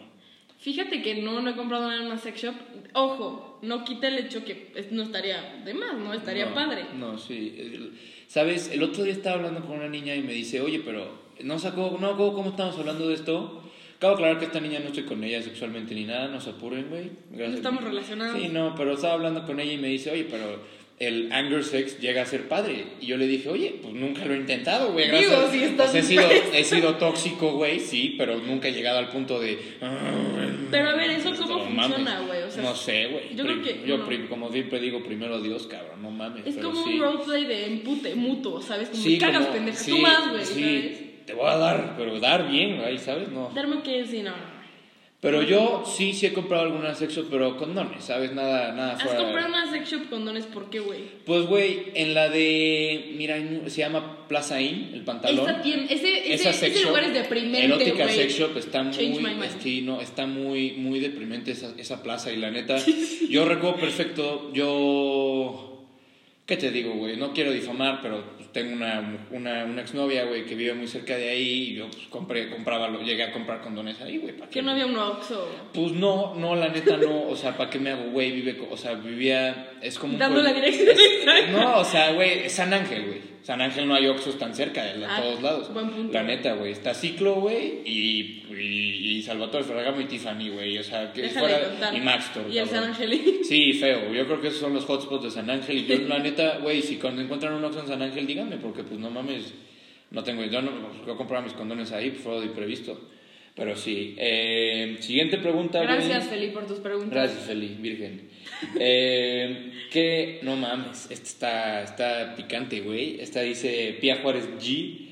[SPEAKER 2] Fíjate que no, no he comprado nada en una sex shop. Ojo, no quita el hecho que es- no estaría de más, ¿no? Estaría
[SPEAKER 1] No,
[SPEAKER 2] padre.
[SPEAKER 1] No, sí. El- Sabes, el otro día estaba hablando con una niña y me dice, oye, pero no sacó, no, ¿cómo, cómo estamos hablando de esto? Acabo de aclarar que esta niña no estoy con ella sexualmente ni nada, no se apuren, güey. Gracias.
[SPEAKER 2] No estamos relacionados.
[SPEAKER 1] Sí, no, pero estaba hablando con ella y me dice, oye, pero el anger sex llega a ser padre. Y yo le dije, oye, pues nunca lo he intentado, güey.
[SPEAKER 2] Digo,
[SPEAKER 1] gracias.
[SPEAKER 2] si estás
[SPEAKER 1] O sea, he, sido, he sido tóxico, güey, sí, pero nunca he llegado al punto de... "Ah,
[SPEAKER 2] Pero a ver, ¿eso
[SPEAKER 1] Esto,
[SPEAKER 2] cómo
[SPEAKER 1] mames.
[SPEAKER 2] funciona, güey? O sea,
[SPEAKER 1] no sé, güey.
[SPEAKER 2] yo creo
[SPEAKER 1] Prim-
[SPEAKER 2] que-
[SPEAKER 1] Yo,
[SPEAKER 2] no.
[SPEAKER 1] prim- como siempre digo, primero Dios, cabrón, no mames.
[SPEAKER 2] Es
[SPEAKER 1] pero
[SPEAKER 2] como
[SPEAKER 1] sí.
[SPEAKER 2] un roleplay de empute, mutuo, ¿sabes? Como
[SPEAKER 1] Sí,
[SPEAKER 2] cagas,
[SPEAKER 1] como-
[SPEAKER 2] pendeja.
[SPEAKER 1] sí,
[SPEAKER 2] Tú más, güey,
[SPEAKER 1] sí,
[SPEAKER 2] ¿sabes?
[SPEAKER 1] te voy a dar, pero dar bien, güey, ¿sabes? No.
[SPEAKER 2] Darme un que sí, no, no, no.
[SPEAKER 1] Pero yo sí, sí he comprado algunas sexo, pero condones, ¿sabes? Nada, nada
[SPEAKER 2] Has
[SPEAKER 1] fuera.
[SPEAKER 2] comprado una sex shop condones, ¿por qué, güey?
[SPEAKER 1] Pues, güey, en la de. Mira, en- se llama Plaza Inn, el pantalón.
[SPEAKER 2] Esa tienda, ese, ese,
[SPEAKER 1] Esa sex
[SPEAKER 2] ese
[SPEAKER 1] shop,
[SPEAKER 2] lugar es deprimente, güey.
[SPEAKER 1] Erótica Sex Shop está muy,
[SPEAKER 2] Change my mind.
[SPEAKER 1] sí, no, está muy, muy deprimente esa, esa plaza y la neta, yo recuerdo perfecto, yo, ¿qué te digo, güey? No quiero difamar, pero pues, tengo una, una, una exnovia, güey, que vive muy cerca de ahí y yo pues, compré, compraba, lo- llegué a comprar condones ahí, güey. ¿para
[SPEAKER 2] Que
[SPEAKER 1] qué?
[SPEAKER 2] no había un Oxxo.
[SPEAKER 1] Pues no, no, la neta no, o sea, ¿para qué me hago, güey? Vive, co- o sea, vivía, es como... un
[SPEAKER 2] Dando la
[SPEAKER 1] pueblo-
[SPEAKER 2] dirección exacta.
[SPEAKER 1] no, o sea, güey, es San Ángel, güey. San Ángel no hay Oxxos tan cerca, de
[SPEAKER 2] Ah,
[SPEAKER 1] todos lados.
[SPEAKER 2] buen punto.
[SPEAKER 1] La neta, güey. Está Ciclo, güey, y, y, y Salvatore Ferragamo y Tiffany, güey. O sea, que
[SPEAKER 2] Deja de
[SPEAKER 1] fuera.
[SPEAKER 2] contar.
[SPEAKER 1] y Max Store,
[SPEAKER 2] Y el San
[SPEAKER 1] cabrón.
[SPEAKER 2] Angelín.
[SPEAKER 1] Sí, feo. Yo creo que esos son los hotspots de San Ángel. Y yo, la neta, güey, si cuando encuentran un Oxxo en San Ángel, díganme, porque pues no mames. No tengo. Yo, no, yo compraba mis condones ahí, pues, fue de imprevisto. Pero sí. Eh, siguiente pregunta, güey.
[SPEAKER 2] Gracias, Feli, por tus preguntas.
[SPEAKER 1] Gracias, Feli, virgen. Eh, que no mames, este está, está picante, güey. Esta dice Pia Juárez G.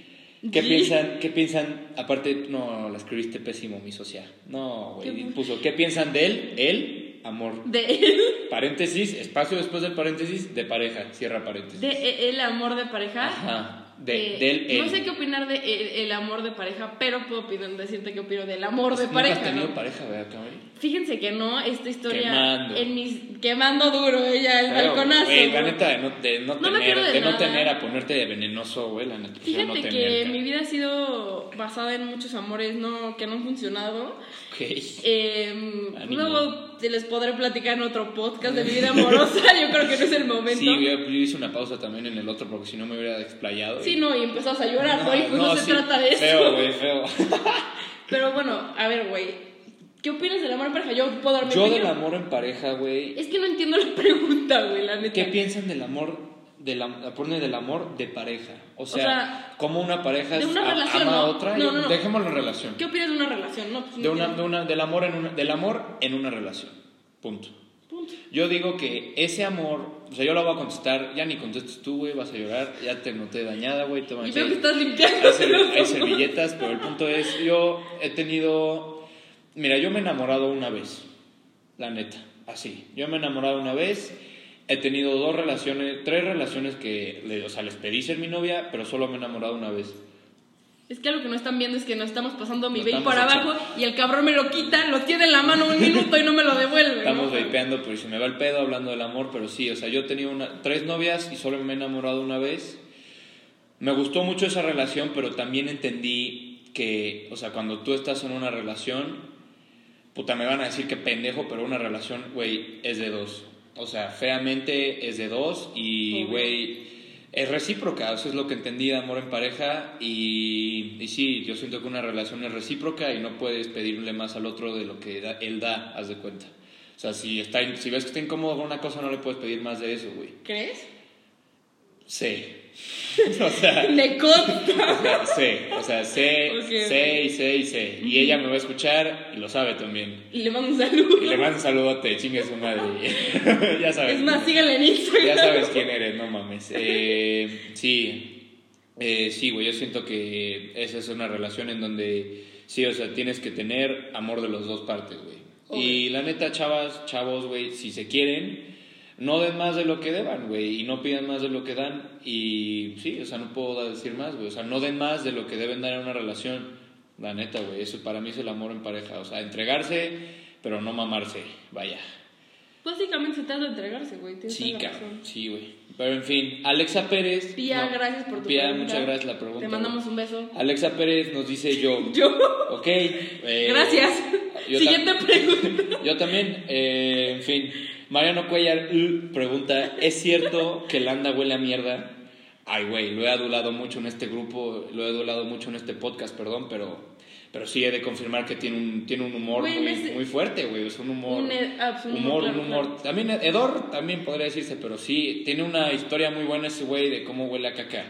[SPEAKER 1] ¿Qué
[SPEAKER 2] G.
[SPEAKER 1] piensan? ¿Qué piensan? Aparte, no, la escribiste pésimo, mi socia. No,
[SPEAKER 2] ¿Qué
[SPEAKER 1] güey.
[SPEAKER 2] pu-
[SPEAKER 1] Puso, ¿qué piensan de él? Él, amor.
[SPEAKER 2] De él,
[SPEAKER 1] Paréntesis, espacio después del paréntesis, de pareja. Cierra paréntesis.
[SPEAKER 2] de e- el amor de pareja.
[SPEAKER 1] Ajá. De,
[SPEAKER 2] Eh,
[SPEAKER 1] del él.
[SPEAKER 2] No sé qué opinar de el, el amor de pareja, pero puedo opinar- decirte qué opino del amor de
[SPEAKER 1] Nunca
[SPEAKER 2] pareja.
[SPEAKER 1] has tenido
[SPEAKER 2] ¿no?
[SPEAKER 1] pareja, ¿verdad, cabrón?
[SPEAKER 2] Fíjense que no, esta historia.
[SPEAKER 1] Quemando.
[SPEAKER 2] En mis, quemando duro, ella, el
[SPEAKER 1] Claro,
[SPEAKER 2] balconazo.
[SPEAKER 1] güey, la
[SPEAKER 2] ¿no?
[SPEAKER 1] neta, de no, de no
[SPEAKER 2] No me
[SPEAKER 1] tener,
[SPEAKER 2] acuerdo de
[SPEAKER 1] de no
[SPEAKER 2] nada.
[SPEAKER 1] tener a ponerte de venenoso, güey, la neta. prefiero
[SPEAKER 2] Fíjate
[SPEAKER 1] no tener,
[SPEAKER 2] que
[SPEAKER 1] cara.
[SPEAKER 2] mi vida ha sido basada en muchos amores no, que no han funcionado.
[SPEAKER 1] Ok.
[SPEAKER 2] Eh,
[SPEAKER 1] Ánimo.
[SPEAKER 2] luego te les podré platicar en otro podcast de mi vida amorosa. Yo creo que no es el momento.
[SPEAKER 1] Sí, yo, yo hice una pausa también en el otro porque si no me hubiera explayado.
[SPEAKER 2] Sí,
[SPEAKER 1] Y-
[SPEAKER 2] no, y empezás a llorar, güey. pues no, se
[SPEAKER 1] sí,
[SPEAKER 2] trata de eso.
[SPEAKER 1] Feo, güey, feo.
[SPEAKER 2] Pero bueno, a ver, güey. ¿Qué opinas del amor en pareja? Yo puedo dar mi
[SPEAKER 1] Yo
[SPEAKER 2] opinión.
[SPEAKER 1] del amor en pareja, güey.
[SPEAKER 2] Es que no entiendo la pregunta, güey, la neta.
[SPEAKER 1] ¿Qué piensan del amor, del, am- pone del amor de pareja? O sea,
[SPEAKER 2] sea,
[SPEAKER 1] como una pareja
[SPEAKER 2] de una
[SPEAKER 1] a-
[SPEAKER 2] relación,
[SPEAKER 1] ama a
[SPEAKER 2] ¿no?
[SPEAKER 1] otra.
[SPEAKER 2] No,
[SPEAKER 1] yo-
[SPEAKER 2] no, no.
[SPEAKER 1] Dejémoslo en relación.
[SPEAKER 2] ¿Qué opinas de una relación? No, pues, no
[SPEAKER 1] De una, de
[SPEAKER 2] entiendo.
[SPEAKER 1] una, del, amor en una, del amor en una relación. Punto.
[SPEAKER 2] Punto.
[SPEAKER 1] Yo digo que ese amor, o sea, yo lo voy a contestar, ya ni contestes tú, güey, vas a llorar, ya te noté dañada, güey, te
[SPEAKER 2] Y
[SPEAKER 1] manché.
[SPEAKER 2] veo que estás limpiando.
[SPEAKER 1] hay, serv- hay servilletas, pero el punto es, yo he tenido, mira, yo me he enamorado una vez, la neta, así, yo me he enamorado una vez, he tenido dos relaciones, tres relaciones que, le- o sea, les pedí ser mi novia, pero solo me he enamorado una vez.
[SPEAKER 2] Es que algo que no están viendo es que nos estamos pasando mi
[SPEAKER 1] Nos
[SPEAKER 2] vape
[SPEAKER 1] estamos
[SPEAKER 2] para abajo y el cabrón me lo quita, lo tiene en la mano un minuto y no me lo devuelve. ¿no?
[SPEAKER 1] Estamos vapeando, pero se me va el pedo hablando del amor, pero sí, o sea, yo he tenido una, tres novias y solo me he enamorado una vez. Me gustó mucho esa relación, pero también entendí que, o sea, cuando tú estás en una relación, puta, me van a decir que pendejo, pero una relación, güey, es de dos. O sea, feamente es de dos y,
[SPEAKER 2] Obvio.
[SPEAKER 1] güey, es recíproca. Eso es lo que entendí de amor en pareja y, y sí, yo siento que una relación es recíproca y no puedes pedirle más al otro de lo que da- él da, haz de cuenta. O sea, si, está, in- si ves que está incómodo con una cosa, no le puedes pedir más de eso, güey.
[SPEAKER 2] ¿Crees?
[SPEAKER 1] Sí. o sea...
[SPEAKER 2] Me consta.
[SPEAKER 1] O sea, sé, o sea, sé,
[SPEAKER 2] Ok,
[SPEAKER 1] sé y sé y sé. Y ella me va a escuchar y lo sabe también.
[SPEAKER 2] Y le mando un
[SPEAKER 1] Y le
[SPEAKER 2] saludo.
[SPEAKER 1] mando un saludote, chingue su madre. ya sabes.
[SPEAKER 2] Es más, síganle en Instagram.
[SPEAKER 1] Ya sabes quién eres, no mames. Eh, sí, eh, sí, güey, yo siento que esa es una relación en donde, sí, o sea, tienes que tener amor de las dos partes, güey.
[SPEAKER 2] Obvio.
[SPEAKER 1] Y la neta, chavas, chavos, güey, si se quieren, no den más de lo que deban, güey, y no pidan más de lo que dan, y sí, o sea, no puedo decir más, güey, o sea, no den más de lo que deben dar en una relación, la neta, güey, eso para mí es el amor en pareja, o sea, entregarse, pero no mamarse, vaya.
[SPEAKER 2] Básicamente se trata de entregarse, güey. tienes
[SPEAKER 1] Sí,
[SPEAKER 2] toda la
[SPEAKER 1] cabrón,
[SPEAKER 2] razón.
[SPEAKER 1] sí, güey. Pero en fin, Alexa Pérez.
[SPEAKER 2] Pía,
[SPEAKER 1] no,
[SPEAKER 2] gracias por tu
[SPEAKER 1] Pía,
[SPEAKER 2] pregunta.
[SPEAKER 1] muchas gracias la pregunta.
[SPEAKER 2] Te mandamos
[SPEAKER 1] güey.
[SPEAKER 2] un beso.
[SPEAKER 1] Alexa Pérez nos dice yo.
[SPEAKER 2] Yo.
[SPEAKER 1] Ok. eh,
[SPEAKER 2] Gracias.
[SPEAKER 1] yo
[SPEAKER 2] Siguiente pregunta.
[SPEAKER 1] Yo también, eh, en fin. Mariano Cuellar uh, pregunta, ¿es cierto que Landa huele a mierda? Ay, güey, lo he adulado mucho en este grupo, lo he adulado mucho en este podcast, perdón, pero, pero sí he de confirmar que tiene un, tiene un humor
[SPEAKER 2] Güey,
[SPEAKER 1] muy,
[SPEAKER 2] me se-
[SPEAKER 1] muy fuerte, güey, es un humor...
[SPEAKER 2] Un e- ah, pues, un
[SPEAKER 1] humor,
[SPEAKER 2] humor,
[SPEAKER 1] un
[SPEAKER 2] claro,
[SPEAKER 1] humor.
[SPEAKER 2] claro.
[SPEAKER 1] También Edor, también podría decirse, pero sí, tiene una historia muy buena ese güey de cómo huele a caca.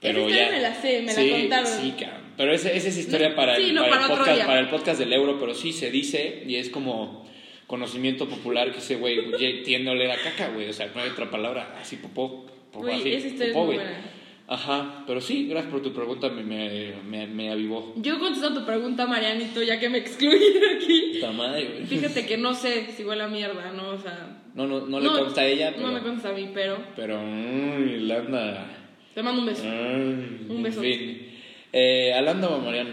[SPEAKER 1] Pero
[SPEAKER 2] Esa historia
[SPEAKER 1] ya...
[SPEAKER 2] me la sé, me la
[SPEAKER 1] sí,
[SPEAKER 2] contaron.
[SPEAKER 1] Sí, cabrón. Pero ese- esa es historia
[SPEAKER 2] No,
[SPEAKER 1] para, el-
[SPEAKER 2] sí, no,
[SPEAKER 1] para
[SPEAKER 2] para
[SPEAKER 1] el
[SPEAKER 2] otro
[SPEAKER 1] podcast,
[SPEAKER 2] día.
[SPEAKER 1] para el podcast del euro, pero sí se dice y es como conocimiento popular que ese güey ya tiende a oler a caca, güey. O sea, no hay otra palabra, así popó. popó,
[SPEAKER 2] Güey,
[SPEAKER 1] así,
[SPEAKER 2] esa historia es
[SPEAKER 1] popó,
[SPEAKER 2] muy
[SPEAKER 1] güey.
[SPEAKER 2] buena.
[SPEAKER 1] Ajá, pero sí, gracias por tu pregunta, me, me, me, me avivó.
[SPEAKER 2] Yo contesto tu pregunta, Marianito, ya que me excluí aquí.
[SPEAKER 1] Puta madre, güey.
[SPEAKER 2] Fíjate que no sé si huele a mierda, ¿no? O sea.
[SPEAKER 1] No, no, no le consta a ella, pero...
[SPEAKER 2] No me consta a mí, pero.
[SPEAKER 1] Pero, uy, Landa.
[SPEAKER 2] Te mando un
[SPEAKER 1] Ah.
[SPEAKER 2] beso.
[SPEAKER 1] Un
[SPEAKER 2] beso.
[SPEAKER 1] En fin. Eh, ¿A Landa o a Mariano?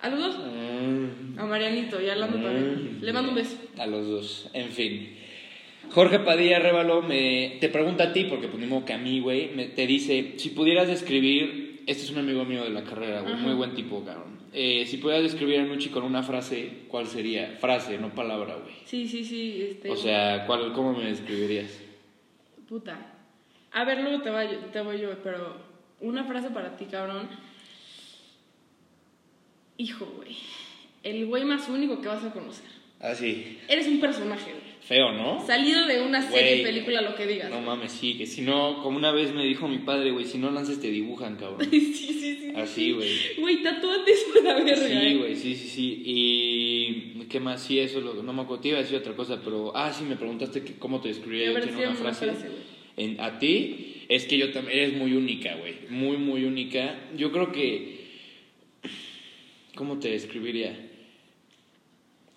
[SPEAKER 2] ¿A los dos?
[SPEAKER 1] Mm.
[SPEAKER 2] A Marianito y a Lando también.
[SPEAKER 1] Mm.
[SPEAKER 2] Le mando un beso.
[SPEAKER 1] A los dos, en fin. Jorge Padilla Révalo me, te pregunta a ti, porque pues ni modo que a mí, güey, me- te dice, si pudieras describir, este es un amigo mío de la carrera, güey,
[SPEAKER 2] Ajá.
[SPEAKER 1] muy buen tipo, cabrón. Eh, si pudieras describir a Nucci con una frase, ¿cuál sería? Frase, no palabra, güey.
[SPEAKER 2] Sí, sí, sí. Este,
[SPEAKER 1] O sea, ¿cuál, ¿cómo me describirías?
[SPEAKER 2] Puta. A ver, luego te, va yo- te voy yo, pero una frase para ti, cabrón. Hijo, güey. El güey más único que vas a conocer.
[SPEAKER 1] Así,
[SPEAKER 2] Eres un personaje, güey.
[SPEAKER 1] feo, ¿no?
[SPEAKER 2] Salido de una
[SPEAKER 1] Güey.
[SPEAKER 2] serie, película, lo que digas.
[SPEAKER 1] No mames, sí, que si no, como una vez me dijo mi padre, güey, si no lanzas te dibujan, cabrón.
[SPEAKER 2] sí, sí, sí.
[SPEAKER 1] Así, güey.
[SPEAKER 2] Güey, tatúate eso a la verga.
[SPEAKER 1] Sí,
[SPEAKER 2] eh.
[SPEAKER 1] güey, sí, sí, sí. Y qué más, sí, eso, es lo, que- no me acuerdo, te iba a decir otra cosa, pero, ah, sí, me preguntaste que cómo te describiría
[SPEAKER 2] A
[SPEAKER 1] yo
[SPEAKER 2] ver,
[SPEAKER 1] tiene
[SPEAKER 2] sí,
[SPEAKER 1] una
[SPEAKER 2] una
[SPEAKER 1] frase.
[SPEAKER 2] frase, güey.
[SPEAKER 1] en, a ti, es que yo también, eres muy única, güey, muy, muy única. Yo creo que, ¿cómo te describiría?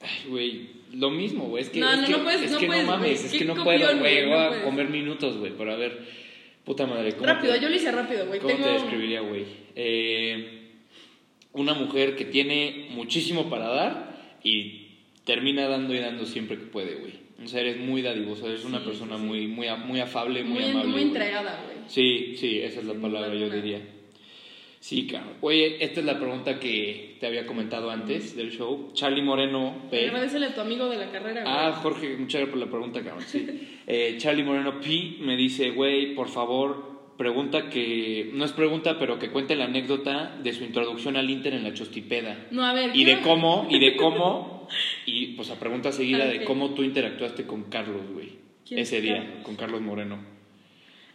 [SPEAKER 1] Ay, güey, lo mismo, güey, es que
[SPEAKER 2] No,
[SPEAKER 1] es
[SPEAKER 2] no,
[SPEAKER 1] que,
[SPEAKER 2] no puedes-
[SPEAKER 1] es
[SPEAKER 2] no
[SPEAKER 1] que
[SPEAKER 2] puedes,
[SPEAKER 1] no mames,
[SPEAKER 2] güey,
[SPEAKER 1] es
[SPEAKER 2] qué
[SPEAKER 1] que no
[SPEAKER 2] copión,
[SPEAKER 1] puedo,
[SPEAKER 2] güey,
[SPEAKER 1] güey,
[SPEAKER 2] no
[SPEAKER 1] voy a
[SPEAKER 2] puedes.
[SPEAKER 1] comer minutos, güey, pero a ver, puta madre, ¿cómo
[SPEAKER 2] Rápido,
[SPEAKER 1] te-
[SPEAKER 2] yo lo hice rápido, güey.
[SPEAKER 1] ¿Cómo
[SPEAKER 2] Tengo...
[SPEAKER 1] te describiría, güey? Eh, una mujer que tiene muchísimo para dar y termina dando y dando siempre que puede, güey. O sea, eres muy dadivoso, eres una
[SPEAKER 2] Sí,
[SPEAKER 1] persona
[SPEAKER 2] sí, sí.
[SPEAKER 1] muy, muy, a- muy afable, muy,
[SPEAKER 2] Muy,
[SPEAKER 1] amable.
[SPEAKER 2] muy
[SPEAKER 1] güey.
[SPEAKER 2] entregada, güey.
[SPEAKER 1] Sí, sí, esa es la
[SPEAKER 2] Sin
[SPEAKER 1] palabra,
[SPEAKER 2] duda
[SPEAKER 1] yo
[SPEAKER 2] alguna.
[SPEAKER 1] diría. Sí, cabrón. Oye, esta es la pregunta que te había comentado antes del show. Charlie Moreno P.
[SPEAKER 2] Agradecele a tu amigo de la carrera, güey.
[SPEAKER 1] Ah, Jorge, muchas gracias por la pregunta, cabrón. sí. Eh, Charlie Moreno P me dice, güey, por favor, pregunta que. No es pregunta, pero que cuente la anécdota de su introducción al Inter en la Chostipeda.
[SPEAKER 2] No, a ver.
[SPEAKER 1] Y
[SPEAKER 2] yo-
[SPEAKER 1] de cómo, y de cómo. Y pues la pregunta seguida
[SPEAKER 2] Ah,
[SPEAKER 1] de
[SPEAKER 2] ok.
[SPEAKER 1] cómo tú interactuaste con Carlos, güey.
[SPEAKER 2] ¿Quién es
[SPEAKER 1] Ese día,
[SPEAKER 2] Carlos?
[SPEAKER 1] con Carlos Moreno.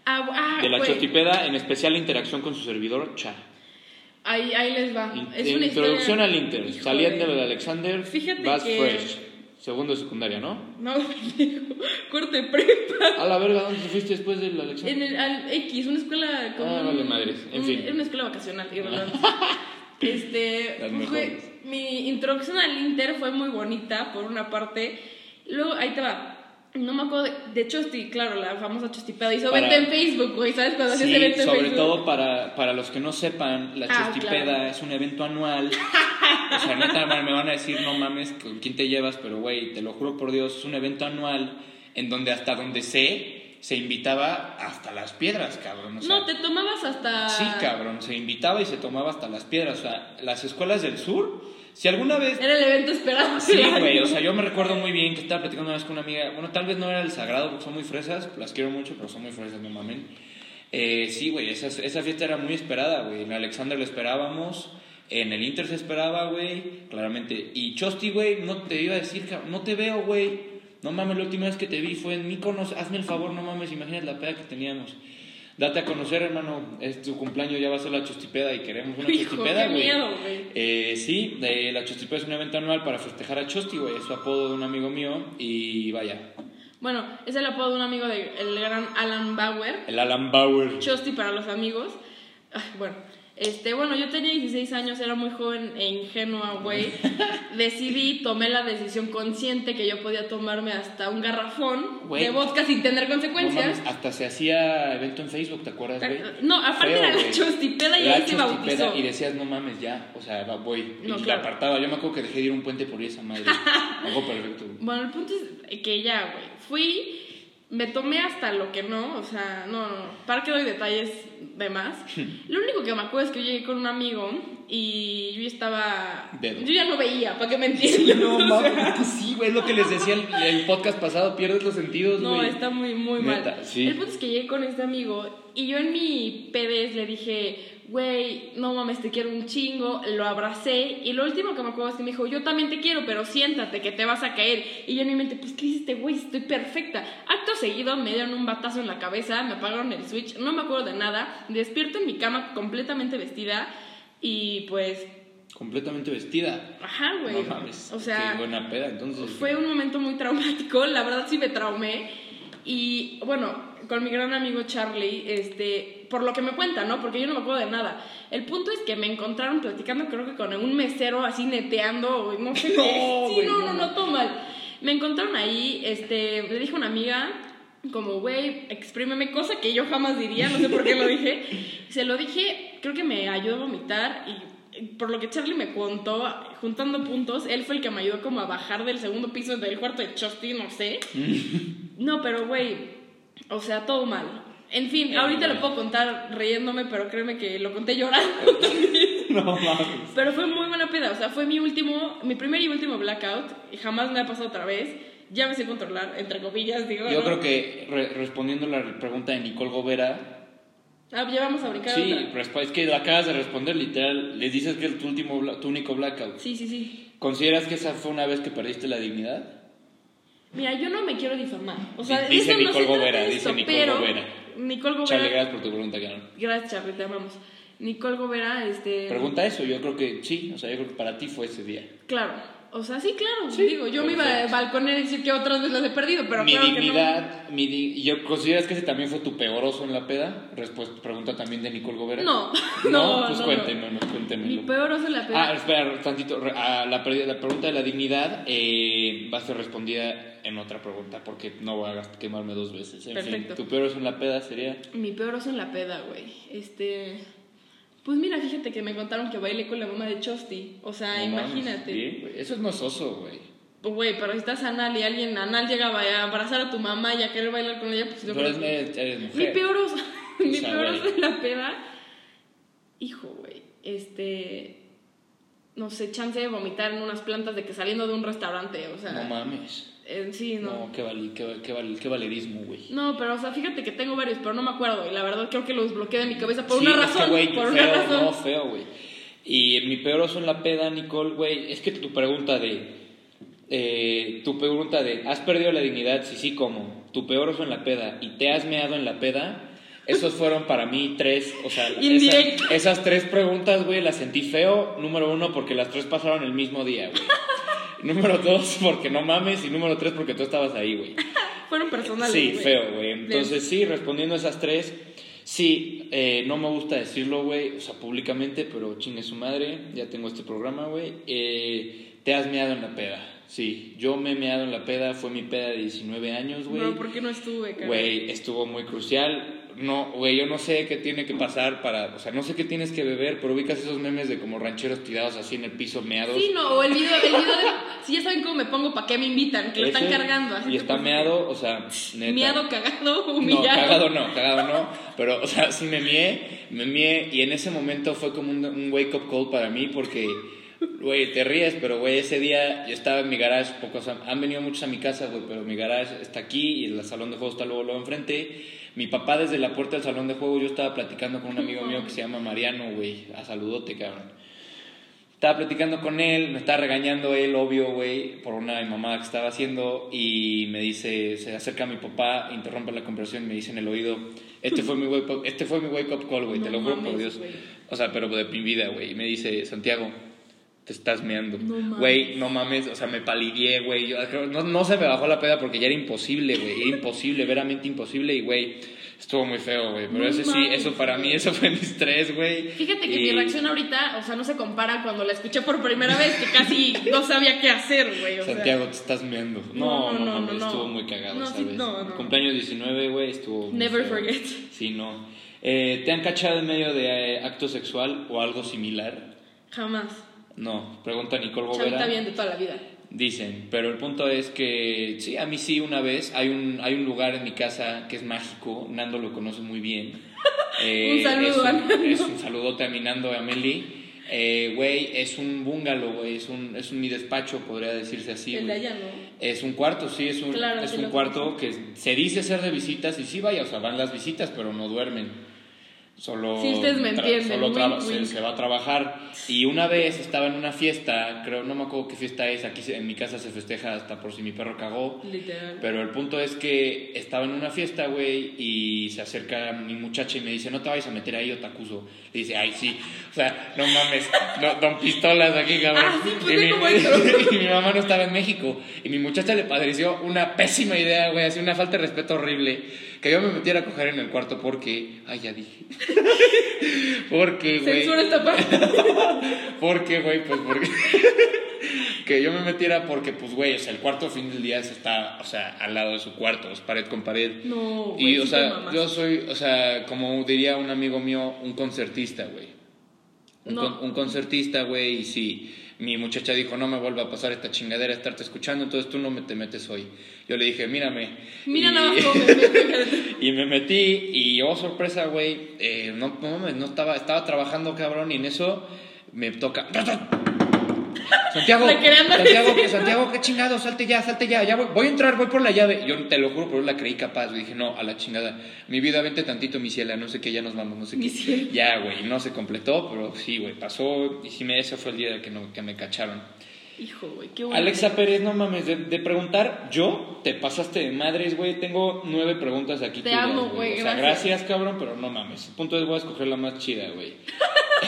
[SPEAKER 2] Ah, ah,
[SPEAKER 1] De la
[SPEAKER 2] güey.
[SPEAKER 1] Chostipeda, en especial la interacción con su servidor, Cha.
[SPEAKER 2] Ahí, ahí les va.
[SPEAKER 1] In-
[SPEAKER 2] Ah, es una
[SPEAKER 1] introducción
[SPEAKER 2] historia-
[SPEAKER 1] al Inter.
[SPEAKER 2] Híjole.
[SPEAKER 1] Saliendo del Alexander,
[SPEAKER 2] Fíjate
[SPEAKER 1] vas
[SPEAKER 2] que-
[SPEAKER 1] fresh. Segundo de secundaria, ¿no?
[SPEAKER 2] No, pendejo. Corte prepa.
[SPEAKER 1] A la verga, ¿dónde te fuiste después de la elección?
[SPEAKER 2] En el al X, una escuela como.
[SPEAKER 1] Ah, vale madres. En fin.
[SPEAKER 2] Era una escuela vacacional, irrelevante. este.
[SPEAKER 1] Las
[SPEAKER 2] pues,
[SPEAKER 1] mejores.
[SPEAKER 2] fue- mi introducción al Inter fue muy bonita, por una parte. Luego, ahí te va. No me acuerdo de, de Chosti, claro, la famosa Chostipeada. Hizo
[SPEAKER 1] Para-
[SPEAKER 2] venta en Facebook, güey, ¿sabes? Cuando hacías
[SPEAKER 1] Sí,
[SPEAKER 2] evento en
[SPEAKER 1] sobre
[SPEAKER 2] Facebook.
[SPEAKER 1] todo para, para los que no sepan, la
[SPEAKER 2] Ah,
[SPEAKER 1] Chostipeda
[SPEAKER 2] claro.
[SPEAKER 1] es un evento anual. O sea, neta, man, me van a decir, no mames, con quién te llevas, pero güey, te lo juro por Dios, es un evento anual en donde hasta donde sé, se invitaba hasta las piedras, cabrón. o sea,
[SPEAKER 2] No, te tomabas hasta.
[SPEAKER 1] Sí, cabrón, se invitaba y se tomaba hasta las piedras. O sea, las escuelas del sur, si alguna vez
[SPEAKER 2] Era el evento esperado.
[SPEAKER 1] Sí,
[SPEAKER 2] claro.
[SPEAKER 1] güey, o sea, yo me recuerdo muy bien que estaba platicando una vez con una amiga, bueno, tal vez no era el sagrado, porque son muy fresas, las quiero mucho, pero son muy fresas, no mamen. Eh, sí, güey, esa, esa fiesta era muy esperada, güey, en Alexander lo esperábamos, en el Inter se esperaba, güey, claramente. Y Chosti, güey, no te iba a decir, cabrón, no te veo, güey. No mames, la última vez que te vi fue en Míconos, hazme el favor, no mames, imagínate la peda que teníamos. Date a conocer, hermano, es tu cumpleaños, ya va a ser la chostipeda y queremos una
[SPEAKER 2] Hijo,
[SPEAKER 1] chostipeda,
[SPEAKER 2] qué
[SPEAKER 1] güey.
[SPEAKER 2] miedo, güey.
[SPEAKER 1] Eh, sí, de la Chostipeda es un evento anual para festejar a Chosti, güey. Es su apodo de un amigo mío. Y vaya,
[SPEAKER 2] Bueno, es el apodo de un amigo del gran Alan Bauer.
[SPEAKER 1] el Alan Bauer.
[SPEAKER 2] Chosti para los amigos. Ay, bueno, Este, bueno, yo tenía 16 años, era muy joven e ingenua, güey. Decidí, tomé la decisión consciente que yo podía tomarme hasta un garrafón
[SPEAKER 1] Güey.
[SPEAKER 2] de vodka sin tener
[SPEAKER 1] No mames,
[SPEAKER 2] consecuencias.
[SPEAKER 1] hasta se hacía evento en Facebook, ¿te acuerdas, güey?
[SPEAKER 2] No, aparte
[SPEAKER 1] Feo,
[SPEAKER 2] era la
[SPEAKER 1] güey.
[SPEAKER 2] chustipeda y
[SPEAKER 1] Era
[SPEAKER 2] ahí se
[SPEAKER 1] chustipeda
[SPEAKER 2] bautizó.
[SPEAKER 1] Y decías, no mames, ya, o sea, va, voy.
[SPEAKER 2] No,
[SPEAKER 1] y la
[SPEAKER 2] claro.
[SPEAKER 1] apartaba. Yo me acuerdo que dejé de ir a un puente por esa madre. Algo perfecto. güey.
[SPEAKER 2] Bueno, el punto es que ya, güey. Fui, me tomé hasta lo que no, o sea, no, no, no. Para que doy detalles de más. Lo único que me acuerdo es que yo llegué con un amigo y yo ya estaba.
[SPEAKER 1] Dedo.
[SPEAKER 2] Yo ya no veía, para que me entiendan.
[SPEAKER 1] No mames, pues sí, güey, es lo que les decía el, el podcast pasado, pierdes los sentidos,
[SPEAKER 2] No,
[SPEAKER 1] güey.
[SPEAKER 2] está muy, muy
[SPEAKER 1] Neta,
[SPEAKER 2] mal.
[SPEAKER 1] sí.
[SPEAKER 2] El punto es que llegué con este amigo y yo en mi PDS le dije, güey, no mames, te quiero un chingo. Lo abracé y lo último que me acuerdo es que me dijo, yo también te quiero, pero siéntate que te vas a caer. Y yo en mi mente, pues, ¿qué hiciste, güey? Estoy perfecta. Acto seguido me dieron un batazo en la cabeza, me apagaron el switch, no me acuerdo de nada. Despierto en mi cama completamente vestida y pues,
[SPEAKER 1] Completamente vestida.
[SPEAKER 2] ajá, güey.
[SPEAKER 1] No mames.
[SPEAKER 2] o sea,
[SPEAKER 1] Qué buena peda, entonces.
[SPEAKER 2] fue un momento muy traumático, la verdad sí me traumé. Y bueno, con mi gran amigo Charlie, este, por lo que me cuenta, ¿no? Porque yo no me acuerdo de nada. El punto es que me encontraron platicando, creo que con un mesero así neteando, o no sé
[SPEAKER 1] No,
[SPEAKER 2] qué. Sí,
[SPEAKER 1] güey,
[SPEAKER 2] no,
[SPEAKER 1] no
[SPEAKER 2] no, no, todo mal. Me encontraron ahí, este, le dije a una amiga, como, güey, exprímeme, cosa que yo jamás diría, no sé por qué lo dije. Se lo dije, creo que me ayudó a vomitar y eh, por lo que Charlie me contó, juntando puntos, él fue el que me ayudó como a bajar del segundo piso del cuarto de Chosti, no sé. No, pero güey, o sea, todo mal. En fin,
[SPEAKER 1] Eh,
[SPEAKER 2] ahorita
[SPEAKER 1] güey.
[SPEAKER 2] lo puedo contar riéndome, pero créeme que lo conté llorando.
[SPEAKER 1] No mames.
[SPEAKER 2] Pero fue muy buena peda, o sea, fue mi último, mi primer y último blackout, y jamás me ha pasado otra vez. Ya me sé controlar, entre comillas, digo.
[SPEAKER 1] Yo
[SPEAKER 2] ¿no?
[SPEAKER 1] creo que re- respondiendo la pregunta de Nicole Gobera,
[SPEAKER 2] Ah, ya vamos a brincar
[SPEAKER 1] Sí,
[SPEAKER 2] otra.
[SPEAKER 1] resp- es que la acabas de responder literal. Les dices que es tu, último, bla- tu único blackout.
[SPEAKER 2] Sí, sí, sí.
[SPEAKER 1] ¿Consideras que esa fue una vez que perdiste la dignidad?
[SPEAKER 2] Mira, yo no me quiero difamar. O sea,
[SPEAKER 1] Di-
[SPEAKER 2] de
[SPEAKER 1] dice
[SPEAKER 2] eso no se
[SPEAKER 1] Nicole
[SPEAKER 2] trata
[SPEAKER 1] Gobera,
[SPEAKER 2] esto,
[SPEAKER 1] dice Nicole
[SPEAKER 2] pero-
[SPEAKER 1] Gobera.
[SPEAKER 2] Nicole Gobera.
[SPEAKER 1] Charlie, gracias por tu pregunta, Karen.
[SPEAKER 2] Gracias, Charlie, te amamos. Nicole Gobera, este.
[SPEAKER 1] Pregunta eso, yo creo que sí, o sea, yo creo que para ti fue ese día.
[SPEAKER 2] Claro. O sea, sí, claro. digo, yo me iba a
[SPEAKER 1] perfecto.
[SPEAKER 2] balconear y decir que otras veces las he perdido, pero
[SPEAKER 1] mi
[SPEAKER 2] claro que no.
[SPEAKER 1] dignidad, mi di- yo ¿consideras que ese también fue tu peor oso en la peda? Respuesta, pregunta también de Nicole Gobera.
[SPEAKER 2] No.
[SPEAKER 1] no,
[SPEAKER 2] No,
[SPEAKER 1] pues
[SPEAKER 2] no,
[SPEAKER 1] cuéntenme, no,
[SPEAKER 2] Mi
[SPEAKER 1] cuéntenmelo.
[SPEAKER 2] peor oso en la peda.
[SPEAKER 1] Ah, espera, tantito. re- a la, pre- la pregunta de la dignidad eh, va a ser respondida en otra pregunta, porque no voy a gast- quemarme dos veces. En
[SPEAKER 2] Perfecto.
[SPEAKER 1] fin, tu peor es en la peda sería.
[SPEAKER 2] Mi peor oso en la peda, güey. Este. Pues mira, fíjate que me contaron que bailé con la mamá de Chosti. O sea,
[SPEAKER 1] no mames,
[SPEAKER 2] Ah, imagínate.
[SPEAKER 1] bien, güey. Eso no es oso, güey.
[SPEAKER 2] Pues, Güey, pero si estás anal y alguien anal llegaba a abrazar a tu mamá y a querer bailar con ella, pues yo
[SPEAKER 1] Tú
[SPEAKER 2] creo
[SPEAKER 1] eres,
[SPEAKER 2] que.
[SPEAKER 1] eres- eres
[SPEAKER 2] Mi
[SPEAKER 1] mujer.
[SPEAKER 2] peor oso. mi
[SPEAKER 1] sea,
[SPEAKER 2] peor
[SPEAKER 1] güey.
[SPEAKER 2] oso en la peda. Hijo, güey. Este. No sé, chance de vomitar en unas plantas de que saliendo de un restaurante, o sea.
[SPEAKER 1] No mames.
[SPEAKER 2] eh, sí, no.
[SPEAKER 1] No, qué, vali- qué, va- qué val- qué valerismo, güey.
[SPEAKER 2] No, pero o sea, fíjate que tengo varios, pero no me acuerdo. Y la verdad creo que los bloqueé de mi cabeza por
[SPEAKER 1] Sí,
[SPEAKER 2] una
[SPEAKER 1] es que,
[SPEAKER 2] razón.
[SPEAKER 1] güey, feo,
[SPEAKER 2] por una razón.
[SPEAKER 1] No, feo, güey. Y mi peor oso en la peda, Nicole, güey, es que tu pregunta de. eh, tu pregunta de, ¿has perdido la dignidad? Sí, sí, ¿cómo? Tu peor oso en la peda y te has meado en la peda. Esos fueron para mí tres, o sea, esa-
[SPEAKER 2] Indirecto.
[SPEAKER 1] esas tres preguntas, güey, las sentí feo. Número uno, porque las tres pasaron el mismo día, güey. número dos, porque no mames. Y número tres, porque tú estabas ahí, güey.
[SPEAKER 2] Fueron personales.
[SPEAKER 1] Sí,
[SPEAKER 2] güey.
[SPEAKER 1] feo, güey. Entonces, sí, respondiendo a esas tres, sí, eh, no me gusta decirlo, güey, o sea, públicamente, pero chingue su madre, ya tengo este programa, güey. Eh, te has meado en la peda, sí. Yo me he meado en la peda, fue mi peda de 19 años, güey.
[SPEAKER 2] No, ¿por qué no estuve, cara?
[SPEAKER 1] Güey, estuvo muy crucial. No, güey, yo no sé qué tiene que pasar para, o sea, no sé qué tienes que beber, pero ubicas esos memes de como rancheros tirados así en el piso meados.
[SPEAKER 2] Sí, no, o el video, el video de. Si ya saben cómo me pongo, ¿para qué me invitan? Que lo están
[SPEAKER 1] Ese,
[SPEAKER 2] cargando. Así
[SPEAKER 1] Y
[SPEAKER 2] te
[SPEAKER 1] está
[SPEAKER 2] puse.
[SPEAKER 1] meado, o sea, neta.
[SPEAKER 2] Miado, cagado,
[SPEAKER 1] No,
[SPEAKER 2] humillado.
[SPEAKER 1] cagado no, cagado no. Pero, o sea, sí me mié, me mié. Y en ese momento fue como un, un wake up call para mí porque, güey, te ríes, pero, güey, ese día yo estaba en mi garage. Poco, o sea, han venido muchos a mi casa, güey, pero mi garage está aquí y el salón de juego está luego, luego enfrente. Mi papá desde la puerta del salón de juego, yo estaba platicando con un amigo mío que se llama Mariano, güey. A saludote, cabrón. Estaba platicando con él, me estaba regañando él, obvio, güey, por una mamada que estaba haciendo y me dice, se acerca a mi papá, interrumpe la conversación y me dice en el oído, este fue mi wake up, este fue mi wake up call, güey, te
[SPEAKER 2] No
[SPEAKER 1] lo juro por
[SPEAKER 2] mames,
[SPEAKER 1] Dios.
[SPEAKER 2] güey.
[SPEAKER 1] O sea, pero de mi vida, güey. Y me dice, Santiago, te estás meando.
[SPEAKER 2] No mames.
[SPEAKER 1] Güey, no mames, o sea, me palideé, güey. Yo creo- No, no se me bajó la peda porque ya era imposible, güey. Era imposible, veramente imposible. Y, güey, estuvo muy feo, güey. Pero
[SPEAKER 2] No
[SPEAKER 1] ese sí,
[SPEAKER 2] mames,
[SPEAKER 1] eso para mí,
[SPEAKER 2] güey.
[SPEAKER 1] eso fue mi estrés, güey.
[SPEAKER 2] Fíjate que
[SPEAKER 1] Y-
[SPEAKER 2] mi reacción ahorita, o sea, no se compara cuando la escuché por primera vez, que casi no sabía qué hacer, güey. O sea.
[SPEAKER 1] Santiago, te estás meando. No, no, no,
[SPEAKER 2] no,
[SPEAKER 1] mames,
[SPEAKER 2] no.
[SPEAKER 1] estuvo muy cagado
[SPEAKER 2] No,
[SPEAKER 1] esta
[SPEAKER 2] sí,
[SPEAKER 1] vez.
[SPEAKER 2] no, no.
[SPEAKER 1] Cumpleaños 19, güey, estuvo. muy
[SPEAKER 2] Never
[SPEAKER 1] feo.
[SPEAKER 2] forget.
[SPEAKER 1] Sí, no. Eh, ¿Te han cachado en medio de eh, acto sexual o algo similar?
[SPEAKER 2] Jamás.
[SPEAKER 1] No, pregunta Nicole Bovera.
[SPEAKER 2] Chavita bien de toda la vida.
[SPEAKER 1] Dicen, pero el punto es que sí, a mí sí una vez hay un hay un lugar en mi casa que es mágico, Nando lo conoce muy bien. Eh,
[SPEAKER 2] Un saludo
[SPEAKER 1] es un,
[SPEAKER 2] a Nando.
[SPEAKER 1] es un saludote a mi Nando y a Meli. Eh, Güey, es un bungalow, güey, es un, es un mi despacho, podría decirse así.
[SPEAKER 2] el de
[SPEAKER 1] güey.
[SPEAKER 2] allá no.
[SPEAKER 1] Es un cuarto, sí, es un,
[SPEAKER 2] Claro,
[SPEAKER 1] es
[SPEAKER 2] sí
[SPEAKER 1] un
[SPEAKER 2] lo
[SPEAKER 1] cuarto que se dice ser de visitas y sí vaya, o sea, van las visitas, pero no duermen. Solo,
[SPEAKER 2] Sí, ustedes me
[SPEAKER 1] tra-
[SPEAKER 2] entienden,
[SPEAKER 1] solo
[SPEAKER 2] wink,
[SPEAKER 1] traba- se,
[SPEAKER 2] wink.
[SPEAKER 1] se va a trabajar. Y una vez estaba en una fiesta, creo, no me acuerdo qué fiesta es, aquí se- en mi casa se festeja hasta por si mi perro cagó.
[SPEAKER 2] Literal.
[SPEAKER 1] Pero el punto es que estaba en una fiesta, güey, y se acerca mi muchacha y me dice, no te vayas a meter ahí, otakuso. Y dice, ay, sí. O sea, no mames, no, don pistolas aquí, cabrón.
[SPEAKER 2] Ah, sí, pues,
[SPEAKER 1] y,
[SPEAKER 2] ve
[SPEAKER 1] mi,
[SPEAKER 2] cómo entró.
[SPEAKER 1] y mi mamá no estaba en México. Y mi muchacha le pareció una pésima idea, güey, así una falta de respeto horrible. Que yo me metiera a coger en el cuarto porque, ay, ya dije. porque, güey.
[SPEAKER 2] Censura esta parte.
[SPEAKER 1] Porque, güey, pues porque. que yo me metiera porque, pues, güey, o sea, el cuarto fin del día se está, o sea, al lado de su cuarto, es pared con pared.
[SPEAKER 2] No, güey.
[SPEAKER 1] y, o
[SPEAKER 2] sí te
[SPEAKER 1] sea,
[SPEAKER 2] mamas.
[SPEAKER 1] yo soy, o sea, como diría un amigo mío, un concertista, güey. Un,
[SPEAKER 2] No.
[SPEAKER 1] con- un concertista, güey, y sí. Mi muchacha dijo, no me vuelva a pasar esta chingadera, estarte escuchando, entonces tú no me te metes hoy. Yo le dije, mírame.
[SPEAKER 2] Mira
[SPEAKER 1] Y-
[SPEAKER 2] nada más cómo me- me-
[SPEAKER 1] y me metí y oh sorpresa, güey, eh, no, no mames, no estaba, estaba trabajando cabrón y en eso me toca. Santiago,
[SPEAKER 2] La quería andar
[SPEAKER 1] Santiago, que, Santiago, qué chingado, salte ya, salte ya, ya voy, voy a entrar, voy por la llave. Yo te lo juro, pero la creí capaz, güey, dije, no, a la chingada. Mi vida, vente tantito, mi ciela, no sé qué, ya nos vamos, no sé
[SPEAKER 2] Mi
[SPEAKER 1] qué.
[SPEAKER 2] ciela.
[SPEAKER 1] Ya, güey, no se completó, pero sí, güey, pasó y sí, me, ese fue el día que, no- que me cacharon.
[SPEAKER 2] Hijo, güey, qué bueno.
[SPEAKER 1] Alexa Pérez, no mames, de, de preguntar, yo te pasaste de madres, güey. Tengo nueve preguntas aquí.
[SPEAKER 2] Te
[SPEAKER 1] tuyas,
[SPEAKER 2] amo, güey,
[SPEAKER 1] O sea,
[SPEAKER 2] gracias.
[SPEAKER 1] gracias, cabrón, pero no mames. El punto es, voy a escoger la más chida, güey.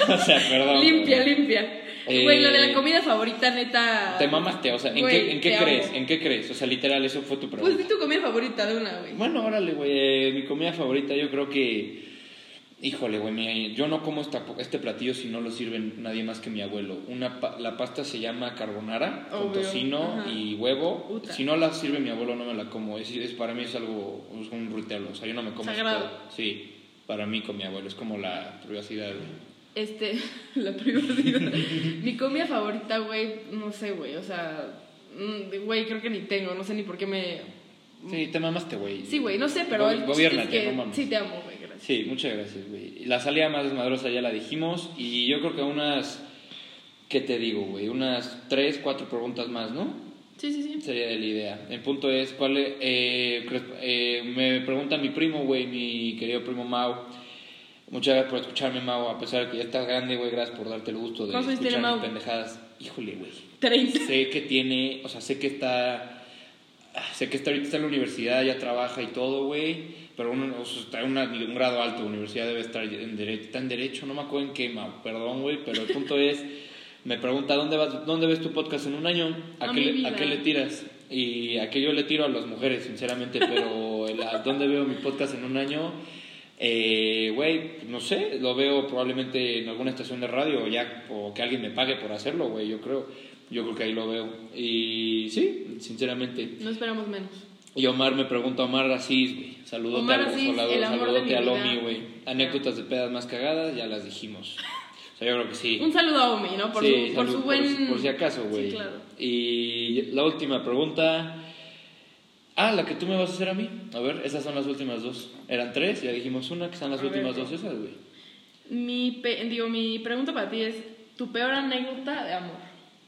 [SPEAKER 1] o sea, perdón.
[SPEAKER 2] Limpia,
[SPEAKER 1] güey.
[SPEAKER 2] limpia.
[SPEAKER 1] Eh,
[SPEAKER 2] Güey, la de la comida favorita, neta.
[SPEAKER 1] Te mamaste, o sea, ¿en
[SPEAKER 2] Güey,
[SPEAKER 1] qué, en qué
[SPEAKER 2] te amo.
[SPEAKER 1] crees? ¿En qué crees? O sea, literal, eso fue tu
[SPEAKER 2] Pues
[SPEAKER 1] pregunta.
[SPEAKER 2] di tu comida favorita de una, güey.
[SPEAKER 1] Bueno, órale, güey. eh, Mi comida favorita, yo creo que. Híjole, güey, mi- yo no como esta- este platillo si no lo sirve nadie más que mi abuelo. Una pa- la pasta se llama carbonara con
[SPEAKER 2] Obvio,
[SPEAKER 1] tocino
[SPEAKER 2] ajá.
[SPEAKER 1] y huevo.
[SPEAKER 2] Puta.
[SPEAKER 1] Si no la sirve mi abuelo no me la como. Es, es- para mí es algo es un rutelo, o sea, yo no me como. ese
[SPEAKER 2] Sagrado.
[SPEAKER 1] pedo. Sí, para mí con mi abuelo es como la privacidad. güey.
[SPEAKER 2] Este, la privacidad. Mi comida favorita, güey, no sé, güey, o sea, mm, güey, creo que ni tengo, no sé ni por qué me...
[SPEAKER 1] Sí, te mamaste, güey.
[SPEAKER 2] Mm. Sí, güey, no sé, pero...
[SPEAKER 1] Go-
[SPEAKER 2] el chiste
[SPEAKER 1] gobiérnate,
[SPEAKER 2] es que
[SPEAKER 1] no mames.
[SPEAKER 2] Sí, te amo, güey, gracias.
[SPEAKER 1] Sí, muchas gracias, güey. La salida más desmadrosa ya la dijimos y yo creo que unas, ¿qué te digo, güey? Unas tres, cuatro preguntas más, ¿no?
[SPEAKER 2] Sí, sí, sí.
[SPEAKER 1] Sería la idea. El punto es, ¿cuál es, eh, cre- eh, me pregunta mi primo, güey, mi querido primo Mau. Muchas gracias por escucharme, Mau, a pesar de que ya estás grande, güey, gracias por darte el gusto de
[SPEAKER 2] ¿Cuántos años
[SPEAKER 1] escuchar
[SPEAKER 2] tiene
[SPEAKER 1] mis
[SPEAKER 2] Mau?
[SPEAKER 1] pendejadas. Híjole, güey
[SPEAKER 2] Treinta.
[SPEAKER 1] sé que tiene, o sea, sé que está, ah, sé que está ahorita está en la universidad, ya trabaja y todo, güey, pero uno, o sea, está en una- un grado alto, la universidad debe estar en derecho, está en derecho, no me acuerdo en qué, ma, perdón, güey, pero el punto es, me pregunta, ¿dónde vas, dónde ves tu podcast en un año? ¿A,
[SPEAKER 2] A
[SPEAKER 1] qué,
[SPEAKER 2] mi
[SPEAKER 1] le, a
[SPEAKER 2] vida.
[SPEAKER 1] qué le tiras? Y a qué yo le tiro a las mujeres, sinceramente, pero el- a ¿dónde veo mi podcast en un año? Eh, Güey, no sé, lo veo probablemente en alguna estación de radio o ya, o que alguien me pague por hacerlo, güey, yo creo. Yo creo que ahí lo veo. Y sí, sinceramente.
[SPEAKER 2] No esperamos menos.
[SPEAKER 1] Y Omar me pregunta, Omar Asís, güey. Saludote
[SPEAKER 2] Omar
[SPEAKER 1] al
[SPEAKER 2] Asís,
[SPEAKER 1] consolador,
[SPEAKER 2] el amor de
[SPEAKER 1] saludote
[SPEAKER 2] mi
[SPEAKER 1] al
[SPEAKER 2] vida.
[SPEAKER 1] Omi, güey. Anécdotas de pedas más cagadas, ya las dijimos. O sea, yo creo que sí.
[SPEAKER 2] Un saludo a Omi, ¿no? Por,
[SPEAKER 1] Sí,
[SPEAKER 2] su, por
[SPEAKER 1] salud,
[SPEAKER 2] su buen...
[SPEAKER 1] por, si acaso, güey.
[SPEAKER 2] Sí, claro.
[SPEAKER 1] Y la última pregunta. Ah, la que tú me vas a hacer a mí. A ver, esas son las últimas dos. Eran tres, ya dijimos una, que son las
[SPEAKER 2] A ver,
[SPEAKER 1] últimas
[SPEAKER 2] güey.
[SPEAKER 1] dos esas, güey.
[SPEAKER 2] Mi, pe- digo, mi pregunta para ti es, ¿tu peor anécdota de amor?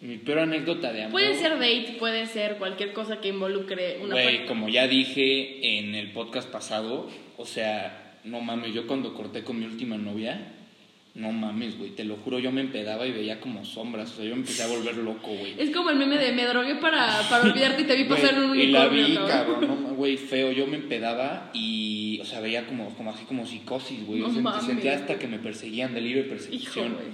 [SPEAKER 1] Mi peor anécdota de amor.
[SPEAKER 2] Puede ser date, puede ser cualquier cosa que involucre una...
[SPEAKER 1] Güey,
[SPEAKER 2] parte-
[SPEAKER 1] como ya dije en el podcast pasado, o sea, no mames, yo cuando corté con mi última novia, no mames, güey, te lo juro, yo me empedaba y veía como sombras, o sea, yo me empecé a volver loco, güey.
[SPEAKER 2] Es como el meme de me drogué para, para olvidarte y te vi pasar en un
[SPEAKER 1] Güey, Y la
[SPEAKER 2] unicornio,
[SPEAKER 1] vi, cabrón, no, güey, feo. Yo me empedaba y, o sea, veía como, como así como psicosis, güey.
[SPEAKER 2] No
[SPEAKER 1] O sea,
[SPEAKER 2] mames.
[SPEAKER 1] sentía hasta que me perseguían, delirio de
[SPEAKER 2] Hijo,
[SPEAKER 1] persecución.
[SPEAKER 2] güey.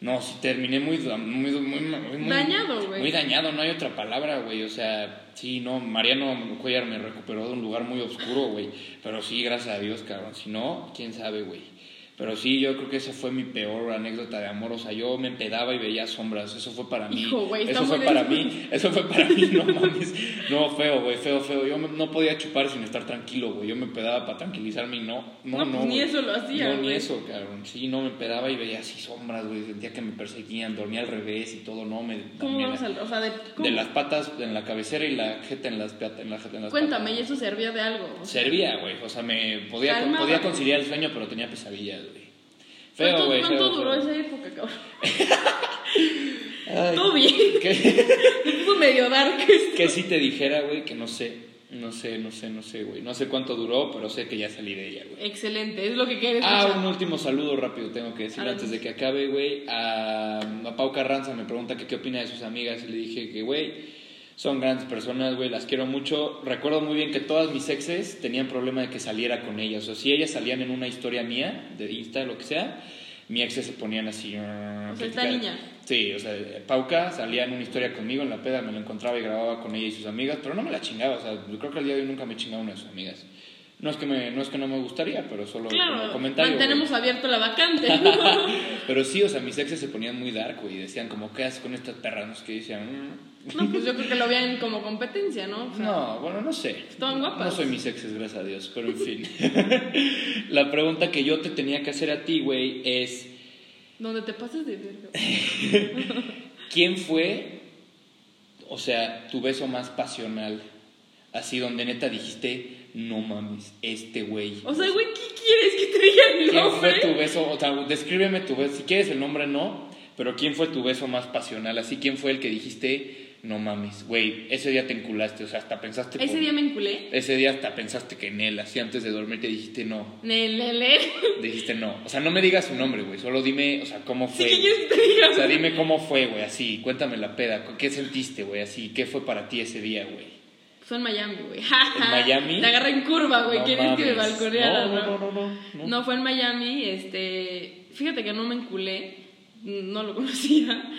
[SPEAKER 1] No, sí, terminé muy, da- muy, muy, muy- muy-
[SPEAKER 2] Dañado, güey.
[SPEAKER 1] Muy dañado, no hay otra palabra, güey. O sea, sí, no, Mariano Cuellar me recuperó de un lugar muy oscuro, güey. Pero sí, gracias a Dios, cabrón. Si no, quién sabe, güey. Pero sí, yo creo que esa fue mi peor anécdota de amor. O sea, yo me empedaba y veía sombras. Eso fue para mí.
[SPEAKER 2] Hijo, güey,
[SPEAKER 1] Eso
[SPEAKER 2] estamos
[SPEAKER 1] fue
[SPEAKER 2] en-
[SPEAKER 1] para mí. Eso fue para mí, no mames. No, feo, güey, feo, feo. Yo me- no podía chupar sin estar tranquilo, güey. Yo me empedaba para tranquilizarme y no. No,
[SPEAKER 2] No, pues, ni
[SPEAKER 1] güey.
[SPEAKER 2] eso lo hacía,
[SPEAKER 1] No, ni
[SPEAKER 2] güey.
[SPEAKER 1] eso, cabrón. Sí, no me empedaba y veía así sombras, güey. Sentía que me perseguían, dormía al revés y todo, no. Me,
[SPEAKER 2] ¿Cómo
[SPEAKER 1] me-
[SPEAKER 2] vamos al.? O sea, de. ¿cómo?
[SPEAKER 1] De las patas en la cabecera y la jeta en las, pata- en la jeta en las
[SPEAKER 2] Cuéntame, ¿y
[SPEAKER 1] patas.
[SPEAKER 2] eso servía de algo?
[SPEAKER 1] Servía, güey. O sea, me podía,
[SPEAKER 2] Calmaba.
[SPEAKER 1] podía conciliar el sueño, pero tenía pesadillas, güey. Feo,
[SPEAKER 2] ¿Cuánto,
[SPEAKER 1] güey.
[SPEAKER 2] cuánto
[SPEAKER 1] feo,
[SPEAKER 2] duró
[SPEAKER 1] feo.
[SPEAKER 2] esa época, cabrón?
[SPEAKER 1] Ay,
[SPEAKER 2] Todo bien.
[SPEAKER 1] que-
[SPEAKER 2] Me puso medio dark esto.
[SPEAKER 1] Que si te dijera, güey, que no sé, no sé, no sé, no sé, güey. No sé cuánto duró, pero sé que ya salí de ella, güey.
[SPEAKER 2] Excelente, es lo que quieres.
[SPEAKER 1] Ah,
[SPEAKER 2] escuchar.
[SPEAKER 1] un último saludo rápido tengo que decir
[SPEAKER 2] A ver.
[SPEAKER 1] antes de que acabe, güey. A, a Pau Carranza me pregunta que qué opina de sus amigas y le dije que, güey, son grandes personas, güey, las quiero mucho. Recuerdo muy bien que todas mis exes tenían problema de que saliera con ellas. O sea, si ellas salían en una historia mía, de Insta, lo que sea, mi ex se ponían así... O
[SPEAKER 2] sea, esta niña.
[SPEAKER 1] Sí, o sea, Pauca salía en una historia conmigo en la peda, me lo encontraba y grababa con ella y sus amigas, pero no me la chingaba, o sea, yo creo que al día de hoy nunca me chingaba una de sus amigas. No es que, me, no, es que no me gustaría, pero solo como
[SPEAKER 2] Claro,
[SPEAKER 1] comentario.
[SPEAKER 2] mantenemos
[SPEAKER 1] güey.
[SPEAKER 2] abierto la vacante. ¿no?
[SPEAKER 1] Pero sí, o sea, mis exes se ponían muy dark, güey, y decían como, ¿qué haces con estas perras? No sé qué, y decían, "Mm,
[SPEAKER 2] No, pues yo creo que lo vean como competencia, ¿no? O sea,
[SPEAKER 1] no, bueno, no sé.
[SPEAKER 2] Estaban guapas.
[SPEAKER 1] No soy mis exes, gracias a Dios, pero en fin. la pregunta que yo te tenía que hacer a ti, güey, es,
[SPEAKER 2] Donde te pases de verga.
[SPEAKER 1] ¿Quién fue, o sea, tu beso más pasional? Así donde neta dijiste, no mames, este güey.
[SPEAKER 2] O sea, güey, ¿qué quieres que te diga mi
[SPEAKER 1] ¿Quién fue
[SPEAKER 2] nombre?
[SPEAKER 1] tu beso? O sea, descríbeme tu beso. Si quieres el nombre, no. Pero ¿quién fue tu beso más pasional? Así, ¿quién fue el que dijiste, no mames, güey, ese día te enculaste? O sea, hasta pensaste.
[SPEAKER 2] Ese
[SPEAKER 1] por-
[SPEAKER 2] día me enculé.
[SPEAKER 1] Ese día hasta pensaste que en él, así antes de dormir te dijiste no.
[SPEAKER 2] Nel, nel, nel.
[SPEAKER 1] Dijiste no. O sea, no me digas su nombre, güey. Solo dime, o sea, cómo
[SPEAKER 2] Sí,
[SPEAKER 1] fue.
[SPEAKER 2] ¿qué
[SPEAKER 1] güey.
[SPEAKER 2] quieres que te diga?
[SPEAKER 1] O sea, dime cómo fue, güey, así, cuéntame la peda, cu- ¿qué sentiste, güey, así, qué fue para ti ese día, güey?
[SPEAKER 2] Fue en Miami, güey.
[SPEAKER 1] ¿En Miami?
[SPEAKER 2] Te agarra en curva, güey.
[SPEAKER 1] No
[SPEAKER 2] ¿Quieres que me
[SPEAKER 1] mames.
[SPEAKER 2] balconeara,
[SPEAKER 1] no, no, no, no, no.
[SPEAKER 2] No, fue en Miami, este, fíjate que no me enculé, no lo conocía,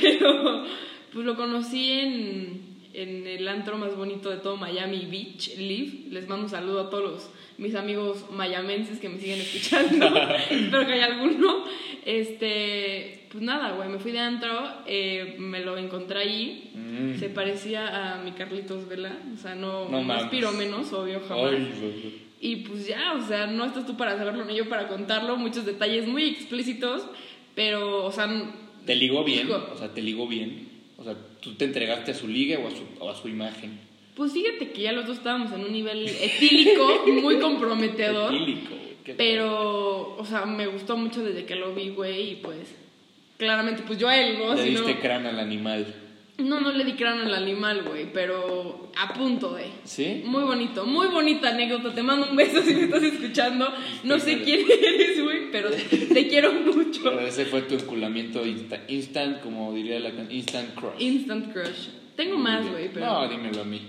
[SPEAKER 2] pero pues lo conocí en, en el antro más bonito de todo Miami Beach, Live. Les mando un saludo a todos los- mis amigos mayamenses que me siguen escuchando, espero que haya alguno. Este, pues nada, güey, me fui de antro, eh, me lo encontré ahí.
[SPEAKER 1] Mm.
[SPEAKER 2] Se parecía a mi Carlitos Vela, o sea, no,
[SPEAKER 1] No
[SPEAKER 2] no,
[SPEAKER 1] mames.
[SPEAKER 2] aspiro menos, obvio, jamás.
[SPEAKER 1] Ay, güey.
[SPEAKER 2] Y pues ya, o sea, no estás tú para saberlo ni yo para contarlo, muchos detalles muy explícitos, pero, o sea, n-
[SPEAKER 1] ¿Te ligó bien?
[SPEAKER 2] Hijo.
[SPEAKER 1] O sea, ¿te ligó bien? O sea, ¿tú te entregaste a su ligue o a su, o a su imagen?
[SPEAKER 2] pues fíjate que ya los dos estábamos en un nivel etílico muy comprometedor,
[SPEAKER 1] Etílico, güey, qué-
[SPEAKER 2] pero, o sea, me gustó mucho desde que lo vi, güey, y pues, claramente, pues yo a él, ¿no?
[SPEAKER 1] Le
[SPEAKER 2] Si no,
[SPEAKER 1] diste crán al animal,
[SPEAKER 2] no, no le di cráneo al animal, güey, pero a punto de...
[SPEAKER 1] ¿sí?
[SPEAKER 2] Muy bonito, muy bonita anécdota. Te mando un beso si me estás escuchando. No sé quién eres, güey, pero te quiero mucho.
[SPEAKER 1] Pero ese fue tu enculamiento insta- instant, como diría la can- instant crush.
[SPEAKER 2] Instant crush. Tengo más, güey, pero.
[SPEAKER 1] No, dímelo a mí.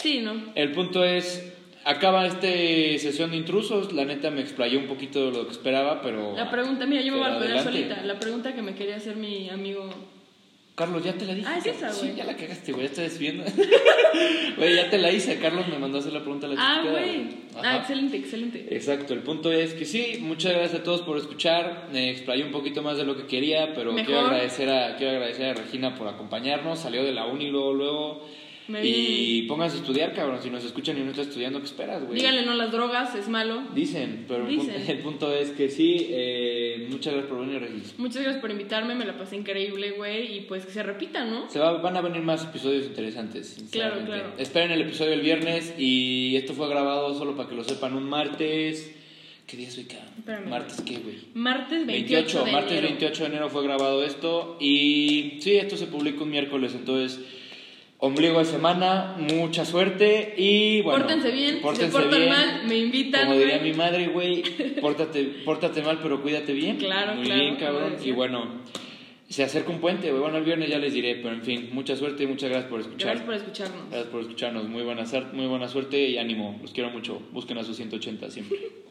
[SPEAKER 2] Sí, no.
[SPEAKER 1] El punto es, acaba este sesión de intrusos, la neta me explayé un poquito de lo que esperaba, pero...
[SPEAKER 2] La pregunta, mira, yo me voy a
[SPEAKER 1] Pero
[SPEAKER 2] poner
[SPEAKER 1] adelante.
[SPEAKER 2] solita. La pregunta que me quería hacer mi amigo.
[SPEAKER 1] Carlos, ya te la dije.
[SPEAKER 2] Ah, es esa,
[SPEAKER 1] Sí,
[SPEAKER 2] güey.
[SPEAKER 1] ya la cagaste, güey, ya estás viendo. Güey, ya te la hice, Carlos me mandó a hacer la pregunta a la
[SPEAKER 2] Ah,
[SPEAKER 1] chica,
[SPEAKER 2] güey.
[SPEAKER 1] Ajá.
[SPEAKER 2] Ah, excelente, excelente.
[SPEAKER 1] Exacto, el punto es que sí, muchas gracias a todos por escuchar. Me explayé un poquito más de lo que quería, pero quiero
[SPEAKER 2] Mejor.
[SPEAKER 1] agradecer, a, quiero agradecer a Regina por acompañarnos. Salió de la uni luego, luego.
[SPEAKER 2] Me
[SPEAKER 1] y pónganse a estudiar, cabrón. Si nos escuchan y no están estudiando, ¿qué esperas, güey?
[SPEAKER 2] Díganle no a las drogas, es malo.
[SPEAKER 1] Dicen, pero el
[SPEAKER 2] Dicen.
[SPEAKER 1] punto- El, punto es que sí, eh, muchas gracias por venir, Regis.
[SPEAKER 2] Muchas gracias por invitarme, me la pasé increíble, güey. Y pues que se repita, ¿no?
[SPEAKER 1] Se va- van a venir más episodios interesantes, sinceramente.
[SPEAKER 2] Claro, claro.
[SPEAKER 1] Esperen el episodio el viernes y esto fue grabado solo para que lo sepan un martes. ¿Qué día es hoy, cabrón?
[SPEAKER 2] Espérame.
[SPEAKER 1] ¿Martes qué, güey?
[SPEAKER 2] Martes 28. de
[SPEAKER 1] martes
[SPEAKER 2] enero.
[SPEAKER 1] 28 de enero fue grabado esto y sí, esto se publica un miércoles, entonces ombligo de semana, mucha suerte y bueno,
[SPEAKER 2] pórtense bien, si
[SPEAKER 1] pórtense
[SPEAKER 2] se portan
[SPEAKER 1] bien.
[SPEAKER 2] mal, me invitan.
[SPEAKER 1] Como diría
[SPEAKER 2] güey.
[SPEAKER 1] mi madre, güey, pórtate, pórtate mal, pero cuídate bien.
[SPEAKER 2] Claro,
[SPEAKER 1] Muy
[SPEAKER 2] claro,
[SPEAKER 1] bien,
[SPEAKER 2] como
[SPEAKER 1] cabrón.
[SPEAKER 2] decía.
[SPEAKER 1] Y bueno, se acerca un puente, güey. Bueno, el viernes ya les diré, pero en fin, mucha suerte y muchas gracias por escuchar.
[SPEAKER 2] Gracias por escucharnos.
[SPEAKER 1] Gracias por escucharnos. Muy buena, suer- muy buena suerte y ánimo. Los quiero mucho. Busquen a sus 180 siempre.